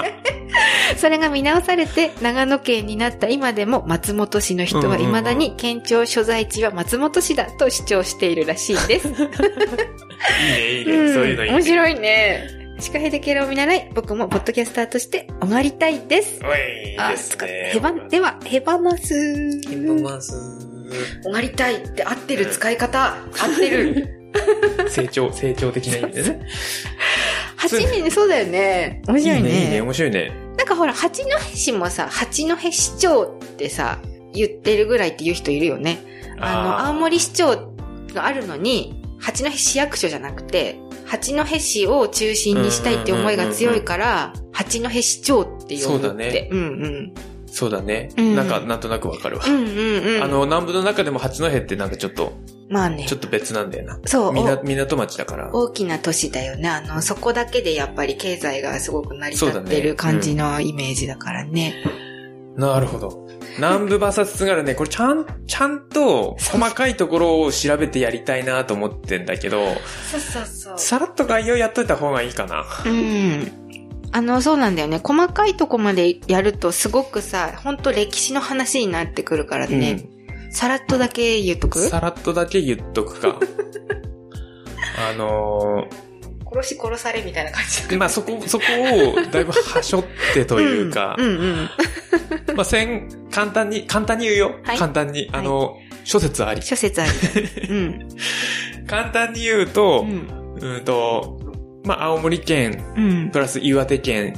[SPEAKER 2] それが見直されて、長野県になった今でも、松本市の人は未だに、県庁所在地は松本市だと主張しているらしいです。
[SPEAKER 1] いいね、いいね。そういうのいいね。
[SPEAKER 2] 面白いね。地下ヘデケロを見習い、僕もポッドキャスターとして、おがりたいです。
[SPEAKER 1] おい、いい
[SPEAKER 2] あ、
[SPEAKER 1] ですね。
[SPEAKER 2] へば、では、へばます。
[SPEAKER 1] ヘバマス。
[SPEAKER 2] おがりたいって合ってる使い方、合ってる。
[SPEAKER 1] 成長、成長的な意味でね。
[SPEAKER 2] 八人、そうだよね。面白いね。
[SPEAKER 1] いいね、面白いね。
[SPEAKER 2] なんかほら、八戸市もさ、八戸市長ってさ、言ってるぐらいっていう人いるよね。あの、
[SPEAKER 1] あー
[SPEAKER 2] 青森市長があるのに、八戸市役所じゃなくて、八戸市を中心にしたいって思いが強いから、八戸市長って呼ぶって。
[SPEAKER 1] そうだね
[SPEAKER 2] うんうん。
[SPEAKER 1] そうだね。
[SPEAKER 2] うん
[SPEAKER 1] なんか、なんとなくわかるわ
[SPEAKER 2] う。んうんうん。
[SPEAKER 1] あ、の、南部の中でも八戸ってなんかちょっと、
[SPEAKER 2] まあね
[SPEAKER 1] ちょ。っと別なんだよな。
[SPEAKER 2] そう。
[SPEAKER 1] みな、港町だから。
[SPEAKER 2] 大きな都市だよね。あの、そこだけでやっぱり経済がすごく成り立
[SPEAKER 1] そう
[SPEAKER 2] っ
[SPEAKER 1] だ
[SPEAKER 2] て
[SPEAKER 1] ねう
[SPEAKER 2] る
[SPEAKER 1] ん
[SPEAKER 2] 感じのイメージだからね。
[SPEAKER 1] なるほど。南部バサツがるね、これちゃん、ちゃんと細かいところを調べてやりたいなと思ってんだけど、
[SPEAKER 2] そうそうそ
[SPEAKER 1] さらっと概要やっといた方がいいかな。
[SPEAKER 2] うん。あの、そうなんだよね。細かいとこまでやるとすごくさ、ほんと歴史の話になってくるからね。さらっとだけ言っとく
[SPEAKER 1] さらっとだけ言っとく
[SPEAKER 2] (laughs)
[SPEAKER 1] か。あの
[SPEAKER 2] 殺し殺されみたいな感じ
[SPEAKER 1] ーまあそこ、そこをだいぶはしょってというか、
[SPEAKER 2] うんうん。
[SPEAKER 1] まあ先、簡単に、簡単に言うよ。
[SPEAKER 2] はい
[SPEAKER 1] 簡単に。あの、諸説あり。
[SPEAKER 2] 諸説ある。うん。
[SPEAKER 1] 簡単に言うと、
[SPEAKER 3] ん。
[SPEAKER 1] うん、と、まあ青森県
[SPEAKER 2] うん。
[SPEAKER 1] プラス岩手県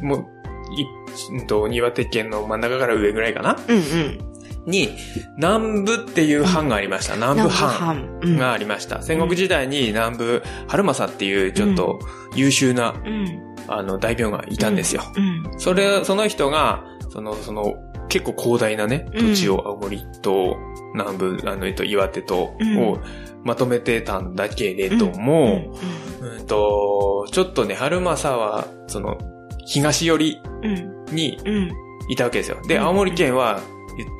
[SPEAKER 1] も、いうんと、岩手県の真ん中から上ぐらいかな
[SPEAKER 2] うんうん。
[SPEAKER 1] に、南部っていう藩がありました。南部藩
[SPEAKER 2] 南部
[SPEAKER 1] が
[SPEAKER 2] 藩。
[SPEAKER 1] ありました。戦国時代に南部春政っていうちょっと優秀な、
[SPEAKER 2] うん。うん。
[SPEAKER 1] あの、大名がいたんですよ。
[SPEAKER 2] うん。
[SPEAKER 1] それ、その人が、その、その、結構広大なね、
[SPEAKER 2] うん
[SPEAKER 1] 土地を青森と、南部、あの、えっと、岩手と、
[SPEAKER 2] うん
[SPEAKER 1] をまとめてたんだけれども、うんと、ちょっとね、春政は、その、東寄り
[SPEAKER 2] うん。うん。
[SPEAKER 1] に
[SPEAKER 2] うん。うん。
[SPEAKER 1] いたわけですよ。
[SPEAKER 2] う
[SPEAKER 1] で、
[SPEAKER 2] ん
[SPEAKER 1] 青森県は、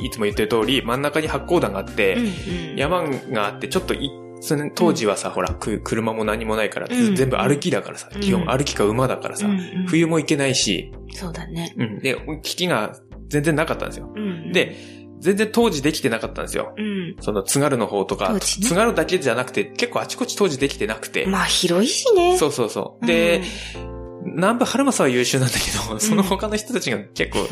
[SPEAKER 1] いいつも言ってる通り、真ん中に八甲田があって、
[SPEAKER 2] うん。
[SPEAKER 1] 山があって、ちょっとい、その当時はさ、ほら、く車も何もないから、
[SPEAKER 2] うん
[SPEAKER 1] 全部歩きだからさ、
[SPEAKER 2] うん
[SPEAKER 1] 基本歩きか馬だからさ、
[SPEAKER 2] うんうん
[SPEAKER 1] 冬も行けないし、
[SPEAKER 2] そうだね。
[SPEAKER 1] うんで、危機が全然なかったんですよ。
[SPEAKER 2] うん。
[SPEAKER 1] で、全然当時できてなかったんですよ。
[SPEAKER 2] うん。
[SPEAKER 1] その津軽の方とか、
[SPEAKER 2] 当時ね
[SPEAKER 1] 津軽だけじゃなくて、結構あちこち当時できてなくて、
[SPEAKER 2] まあ、広いしね。
[SPEAKER 1] そうそうそう。
[SPEAKER 2] ん
[SPEAKER 1] で、、南部春正は優秀なんだけど、その他の人たちが結
[SPEAKER 2] (laughs)
[SPEAKER 1] 構、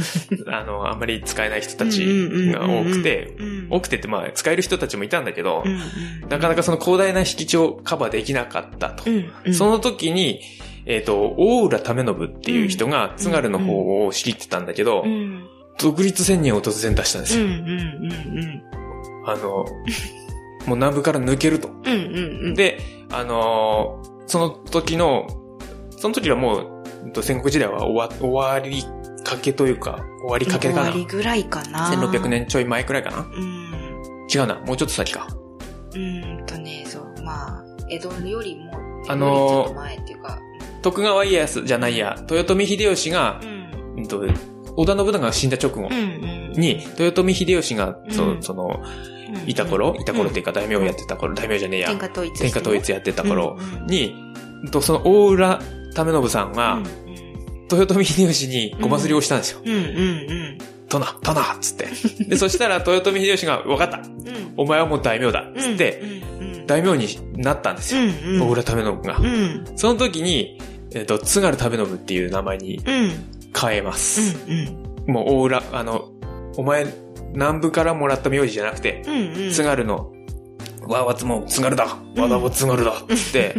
[SPEAKER 1] あの、あんまり使えない人たちが多くて、
[SPEAKER 2] うん。
[SPEAKER 1] 多くてってまあ、使える人たちもいたんだけど
[SPEAKER 2] う、ん。
[SPEAKER 1] なかなかその広大な敷地をカバーできなかったと
[SPEAKER 2] う。ん。うん。
[SPEAKER 1] その時に、えっと、大浦為信っていう人が津軽の方を仕切ってたんだけど
[SPEAKER 2] う、ん。
[SPEAKER 1] 独立宣言を突然出したんで
[SPEAKER 2] う
[SPEAKER 1] す
[SPEAKER 2] ん。う
[SPEAKER 1] よ。
[SPEAKER 2] ん。うん。
[SPEAKER 1] あの、もう南部から抜けると。
[SPEAKER 2] うん。うん。うん。、
[SPEAKER 1] で、あのーその時の、その時はもううんと、戦国時代は終わ終わりかけというか、終わりかけ
[SPEAKER 2] 終
[SPEAKER 1] か
[SPEAKER 2] わ
[SPEAKER 1] な。
[SPEAKER 2] りぐらいかな。
[SPEAKER 1] 1600。年ちょい前くらいかな
[SPEAKER 2] うん。
[SPEAKER 1] 違うな、もうちょっと先か。
[SPEAKER 2] うーんとね、そう、まあ、江戸よりも、
[SPEAKER 1] あのー
[SPEAKER 2] 江戸よりちょっと前っていうか、
[SPEAKER 1] 徳川家康じゃないや、豊臣秀吉がう
[SPEAKER 2] う、ん、
[SPEAKER 1] んと、織田信長が死んだ直後
[SPEAKER 2] うん、
[SPEAKER 1] に、豊臣秀吉が、そ
[SPEAKER 2] うん
[SPEAKER 1] の、その、いた頃、いた頃っていうか大名をやってた頃、大名じゃねえ
[SPEAKER 2] うん、
[SPEAKER 1] や
[SPEAKER 2] 天、下統一してね、
[SPEAKER 1] 天下統一やってた頃
[SPEAKER 2] うんうん
[SPEAKER 1] に、うんとその大浦為信さん
[SPEAKER 2] う
[SPEAKER 1] が、
[SPEAKER 2] ん、
[SPEAKER 1] 豊臣秀吉にごますりをしたんですよ。
[SPEAKER 2] うん、うん、
[SPEAKER 1] 殿、殿っつって。で、そしたら豊臣秀吉が、わかった
[SPEAKER 2] うん、うん、
[SPEAKER 1] お前はもう大名だっつって、
[SPEAKER 2] うん、うん、
[SPEAKER 1] 大名になったんです
[SPEAKER 2] う
[SPEAKER 1] よ。
[SPEAKER 2] ん、うん、
[SPEAKER 1] 大浦為信が
[SPEAKER 2] う。ん、
[SPEAKER 1] その時に、えっ、と、津軽為信っていう名前に
[SPEAKER 2] うん、
[SPEAKER 1] 変えます。
[SPEAKER 2] うん、
[SPEAKER 1] もう大浦、あの、お前、南部からもらった名字じゃなくて、
[SPEAKER 2] うん、うん、
[SPEAKER 1] 津軽の、わわつも津軽だわだも津軽 (laughs) だっつって、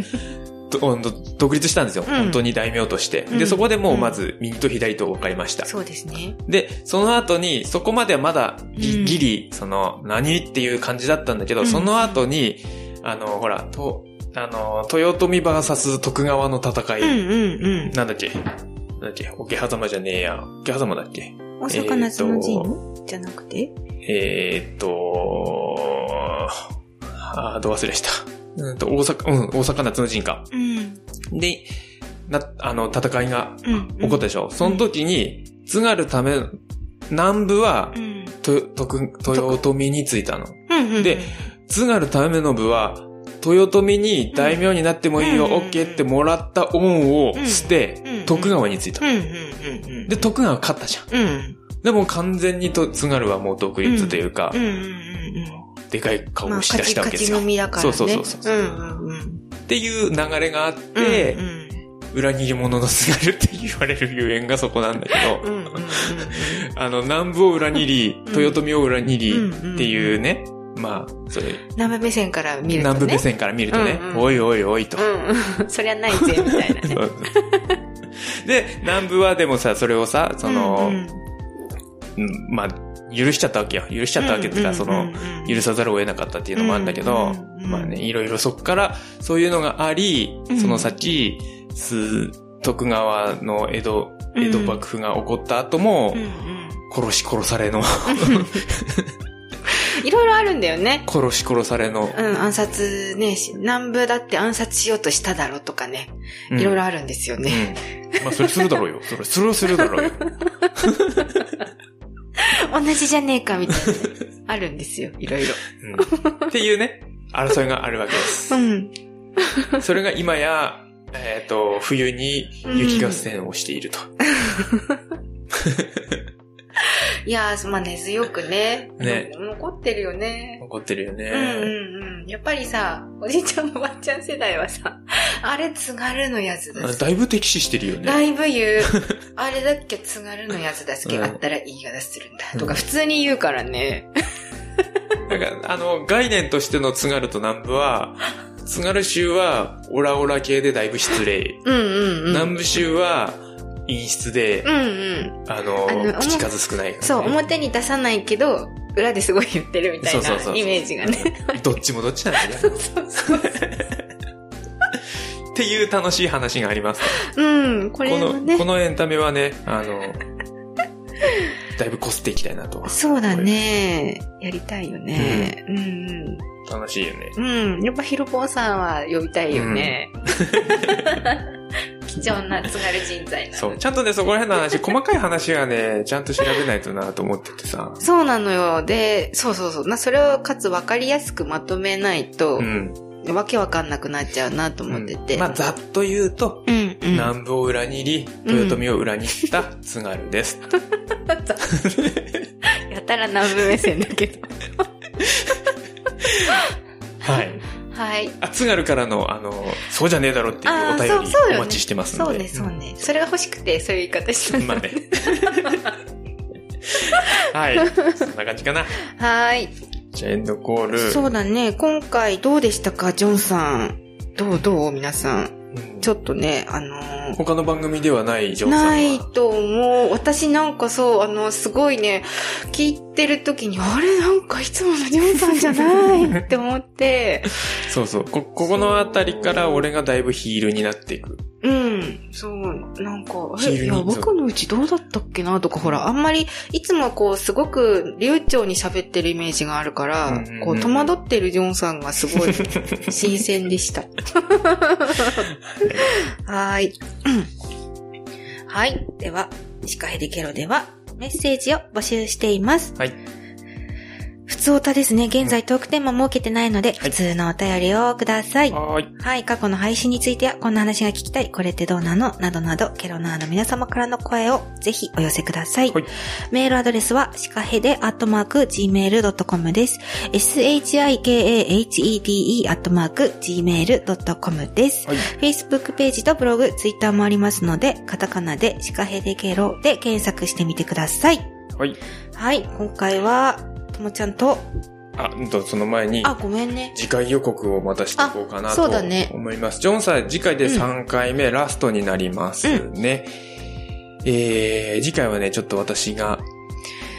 [SPEAKER 1] どほんと独立したんですよ。
[SPEAKER 2] うん
[SPEAKER 1] 本当に大名として。
[SPEAKER 2] うん
[SPEAKER 1] で、そこでもうまず右と左と分かりました。
[SPEAKER 2] そうですね。
[SPEAKER 1] で、その後に、そこまではまだぎ、
[SPEAKER 2] うん
[SPEAKER 1] ギリ、その、何っていう感じだったんだけど、
[SPEAKER 2] うん
[SPEAKER 1] その後に、あの、ほら、と、あの、豊臣 VS 徳川の戦い、
[SPEAKER 2] うん、うん、うん。
[SPEAKER 1] なんだっけなんだっけ桶狭間じゃねえや。桶狭間だっけ
[SPEAKER 2] 大阪夏の陣じゃなくて
[SPEAKER 1] えーっと、あー、ど忘れした。うんと、大阪、うん、大阪夏の陣か。
[SPEAKER 2] うん、
[SPEAKER 1] で、な、あの、戦いが
[SPEAKER 2] うん。
[SPEAKER 1] 起こったでしょ。その時に、津軽ため、南部は
[SPEAKER 2] う、ん、
[SPEAKER 1] と、徳、豊臣についたの。
[SPEAKER 2] うん、うん。
[SPEAKER 1] で、津軽ための部は、豊臣に大名になってもいいよ、
[SPEAKER 2] うん
[SPEAKER 1] オッケーってもらった恩を捨て
[SPEAKER 2] うん、
[SPEAKER 1] 徳川についた
[SPEAKER 2] う。ん、うん、うん、うん。
[SPEAKER 1] で、徳川勝ったじゃん。
[SPEAKER 2] うん、
[SPEAKER 1] でも完全にと津軽はもう独立というか
[SPEAKER 2] うん、う、ん、うん、うん。
[SPEAKER 1] でかい顔
[SPEAKER 2] まあ、
[SPEAKER 1] をし
[SPEAKER 2] カ
[SPEAKER 1] だし
[SPEAKER 2] チ
[SPEAKER 1] たわ
[SPEAKER 2] カ
[SPEAKER 1] けで
[SPEAKER 2] チ
[SPEAKER 1] す
[SPEAKER 2] の
[SPEAKER 1] よ。
[SPEAKER 2] 実だからね。
[SPEAKER 1] そうそうそうそ
[SPEAKER 2] うんうんうん。
[SPEAKER 1] っていう流れがあって
[SPEAKER 2] う、ん
[SPEAKER 1] 裏切り者の津軽って言われるゆえんがそこなんだけ
[SPEAKER 2] うんうんうん
[SPEAKER 1] ど、あの、南部を裏切り、
[SPEAKER 2] うん
[SPEAKER 1] 豊臣を裏切り
[SPEAKER 2] うん
[SPEAKER 1] っていうね、まあ、それ、
[SPEAKER 2] 南部目線から見るとね。
[SPEAKER 1] 南部目線から見るとね
[SPEAKER 2] うんう、ん
[SPEAKER 1] おいおいお
[SPEAKER 2] (laughs)
[SPEAKER 1] いと。
[SPEAKER 2] うん。そりゃないぜ、みたいなね。
[SPEAKER 1] で、南部はでもさ、それをさ、その、
[SPEAKER 2] うんうん
[SPEAKER 1] うんまあ、許しちゃったわけよ。許しちゃったわけっていうか、そ
[SPEAKER 2] うんう
[SPEAKER 1] の
[SPEAKER 2] ん、うん
[SPEAKER 1] 許さざるを得なかったっていうのもあるんだけど、
[SPEAKER 2] うんうん
[SPEAKER 1] まあね、いろいろそこから、そういうのがあり
[SPEAKER 2] うん、
[SPEAKER 1] その先、す徳川の江戸、
[SPEAKER 2] うん
[SPEAKER 1] 江戸幕府が起こった後も、
[SPEAKER 2] うんうん
[SPEAKER 1] 殺し殺されの、 (laughs)
[SPEAKER 2] いろいろあるんだよね。
[SPEAKER 1] 殺し殺されの、
[SPEAKER 2] うん、暗殺ね、し南部だって暗殺しようとしただろうとかね。いろいろあるんですよ
[SPEAKER 1] うん。う
[SPEAKER 2] ね。
[SPEAKER 1] んまあ、それするだろうよ。それ、それはするだろうよ。
[SPEAKER 2] 同じじゃねえか、みたいなね。あるんですよ、いろいろ。
[SPEAKER 1] うんっていうね、争いがあるわけ
[SPEAKER 2] (laughs)
[SPEAKER 1] です
[SPEAKER 2] う。ん。
[SPEAKER 1] それが今や、えっ、と、冬に雪合戦をしていると。
[SPEAKER 2] いやー、まあ根強くね。
[SPEAKER 1] ね
[SPEAKER 2] 残ってるよね。
[SPEAKER 1] 怒ってるよね。
[SPEAKER 2] うんうんうん。やっぱりさ、おじいちゃんもばっちゃん世代はさ、 (laughs) あれ津軽のやつ
[SPEAKER 1] あ
[SPEAKER 2] だ
[SPEAKER 1] れ
[SPEAKER 2] し。
[SPEAKER 1] だいぶ敵視してるよ
[SPEAKER 2] だ
[SPEAKER 1] ね。
[SPEAKER 2] いぶ
[SPEAKER 1] (laughs)
[SPEAKER 2] 言う。あれだっけ津軽のやつだっけ、
[SPEAKER 1] うん
[SPEAKER 2] あったらいいが出するんだ。とか普通に言うからね。
[SPEAKER 1] なんか、あの、概念としての津軽と南部は、津軽州はオラオラ系でだいぶ失礼。
[SPEAKER 2] うんうんうん。
[SPEAKER 1] 南部州は陰湿で、
[SPEAKER 2] うんうん。
[SPEAKER 1] あの
[SPEAKER 2] あの
[SPEAKER 1] 口数少ないからね、
[SPEAKER 2] そう、表に出さないけど、裏ですごい言ってるみたい
[SPEAKER 1] そうそうそうそ
[SPEAKER 2] な
[SPEAKER 1] う
[SPEAKER 2] イメージがね。
[SPEAKER 1] (laughs) どっちもどっちなんだね。っていう楽しい話があります。
[SPEAKER 2] うん、こ
[SPEAKER 1] こ
[SPEAKER 2] れは
[SPEAKER 1] の、
[SPEAKER 2] ね
[SPEAKER 1] こ。のエンタメはね、あの、だいぶこすっていきたいなと。
[SPEAKER 2] そうだね。やりたいよね。うんうん。
[SPEAKER 1] 楽しいよね。
[SPEAKER 2] うん、やっぱヒロポンさんは呼びたいよね。貴重な津軽人材なの。
[SPEAKER 1] そう。ちゃんとね、そこら辺の話、細かい話はね、ちゃんと調べないとなと思っててさ。
[SPEAKER 2] そうなのよ。で、そうそうそう。な、それをかつ分かりやすくまとめないと
[SPEAKER 1] う、ん。
[SPEAKER 2] わけわかんなくなっちゃうなと思ってて。
[SPEAKER 1] まあ、ざっと言うと、
[SPEAKER 2] うん、うん。
[SPEAKER 1] 南部を裏切り、豊臣を裏切った津軽です。
[SPEAKER 2] (laughs) やたら南部目線だけど。
[SPEAKER 1] はい。
[SPEAKER 2] はい。
[SPEAKER 1] あ、津軽からの、あの、そうじゃねえだろってい
[SPEAKER 2] あ
[SPEAKER 1] うお
[SPEAKER 2] ー
[SPEAKER 1] 便
[SPEAKER 2] そうそうよ
[SPEAKER 1] り
[SPEAKER 2] ね
[SPEAKER 1] お待ちしてますの
[SPEAKER 2] そう
[SPEAKER 1] で。
[SPEAKER 2] ね、そうね。それが欲しくて、そういう言い方した
[SPEAKER 1] まあ
[SPEAKER 2] の。 (laughs)
[SPEAKER 1] ね。はい。そんな感じかな。
[SPEAKER 2] はい。
[SPEAKER 1] じゃあエンドコール。
[SPEAKER 2] そうだね。今回どうでしたか、ジョンさん。どうどう皆さん。
[SPEAKER 1] うん
[SPEAKER 2] ちょっとね、あのー
[SPEAKER 1] 他の番組ではない情報
[SPEAKER 2] ないと思う。私なんかそう、あの、すごいね、聞いてる時に、あれなんかいつものジョンさんじゃないって思って、
[SPEAKER 1] そうそう。こ、ここのあたりから俺がだいぶヒールになっていく。
[SPEAKER 2] うん、そう、なんか、
[SPEAKER 1] ヒール
[SPEAKER 2] え、い
[SPEAKER 1] に
[SPEAKER 2] や、僕のうちどうだったっけなとか、ほら、あんまり、いつもこう、すごく流暢に喋ってるイメージがあるから、
[SPEAKER 1] うんうんうん
[SPEAKER 2] こう、戸惑ってるジョンさんがすごい、新鮮
[SPEAKER 1] (laughs)
[SPEAKER 2] でした。はーい。 (coughs) はい。では、司会でケロでは、メッセージを募集しています。
[SPEAKER 1] はい。
[SPEAKER 2] 普通おたですね。現在トークテーマ設けてないので、普通のお便りをください。
[SPEAKER 1] はーい。
[SPEAKER 2] はい、過去の配信については、こんな話が聞きたい、これってどうなのなどなど、ケロナーの皆様からの声をぜひお寄せください。
[SPEAKER 1] はい
[SPEAKER 2] メールアドレスは、シカヘデアットマーク gmail.com です。shikahede アットマーク gmail.com です。
[SPEAKER 1] はい。
[SPEAKER 2] Facebook ページとブログ、Twitter もありますので、カタカナでシカヘデケロで検索してみてください。
[SPEAKER 1] はい。
[SPEAKER 2] はい、今回は、ともちゃんと、
[SPEAKER 1] あ、うんと、その前に、
[SPEAKER 2] あ、ごめんね。
[SPEAKER 1] 次回予告をまたしていこうかな
[SPEAKER 2] あ
[SPEAKER 1] と
[SPEAKER 2] そうだね
[SPEAKER 1] 思います。ジョンさん、次回で3回目、ラストになりますね。えー、次回はね、ちょっと私が、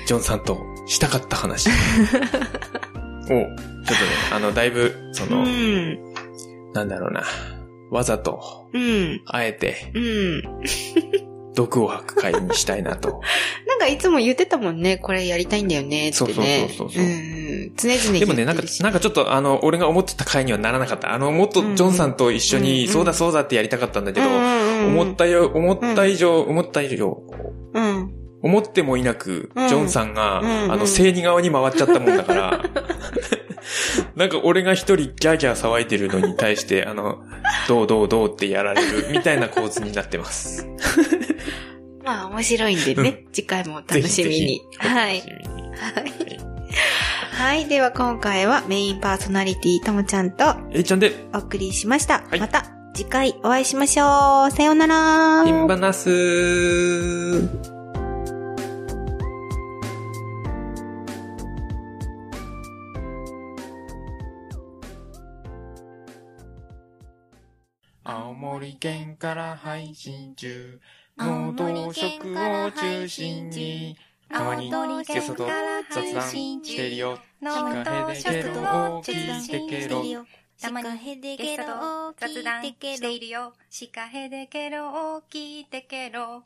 [SPEAKER 1] ジョンさんとしたかった
[SPEAKER 2] (laughs)
[SPEAKER 1] 話を、ちょっとね、あの、だいぶ、そうの、
[SPEAKER 2] ん、
[SPEAKER 1] なんだろうな、わざと、
[SPEAKER 2] うん、
[SPEAKER 1] あえて、
[SPEAKER 2] うん。
[SPEAKER 1] 毒を吐く回にしたいなと。
[SPEAKER 2] なんかいつも言ってたもんね、これやりたいんだよねってね。
[SPEAKER 1] そうそうそうそうそうん
[SPEAKER 2] ん。常々言ってるし。
[SPEAKER 1] でもね、なんか、なんかちょっと、あの、俺が思ってた回にはならなかった。あの、もっとジョンさんと一緒
[SPEAKER 2] うんう
[SPEAKER 1] に、
[SPEAKER 2] ん
[SPEAKER 1] そうだそうだってやりたかったんだけど、
[SPEAKER 2] 思
[SPEAKER 1] 思っ。たよ、思った以上、思った以上、
[SPEAKER 2] うん。
[SPEAKER 1] 思ってもいなく、ジ
[SPEAKER 2] うん
[SPEAKER 1] ョンさんが、
[SPEAKER 2] うん
[SPEAKER 1] あ
[SPEAKER 2] う
[SPEAKER 1] の、
[SPEAKER 2] ん
[SPEAKER 1] 正義側に回っちゃったもんだから、
[SPEAKER 2] (laughs)
[SPEAKER 1] (laughs) なんか俺が一人ギャーギャー騒いでるのに対して、あの、どうどうどうってやられるみたいな構図になってます。
[SPEAKER 2] まあ面白いんでね、次回もお楽
[SPEAKER 1] ぜひ
[SPEAKER 2] し
[SPEAKER 1] ぜ
[SPEAKER 2] み
[SPEAKER 1] ひ
[SPEAKER 2] に。はい。
[SPEAKER 1] お楽しみに
[SPEAKER 2] はい。では今回はメインパーソナリティともちゃんと
[SPEAKER 1] えいちゃんで、
[SPEAKER 2] お送りしました。
[SPEAKER 1] はい
[SPEAKER 2] また次回お会いしましょう。さようなら。
[SPEAKER 1] インバナスー。青森県から配信中。農
[SPEAKER 4] 青森
[SPEAKER 1] 道
[SPEAKER 4] 県
[SPEAKER 1] 食
[SPEAKER 4] から
[SPEAKER 1] を
[SPEAKER 4] 配
[SPEAKER 1] 中心
[SPEAKER 4] 信中
[SPEAKER 1] に、たまにゲストと雑談してるよ。シカヘデケロを聞いてけろ。
[SPEAKER 4] たまにゲストと雑談しているよ。シカヘデケロを聞いてケロ。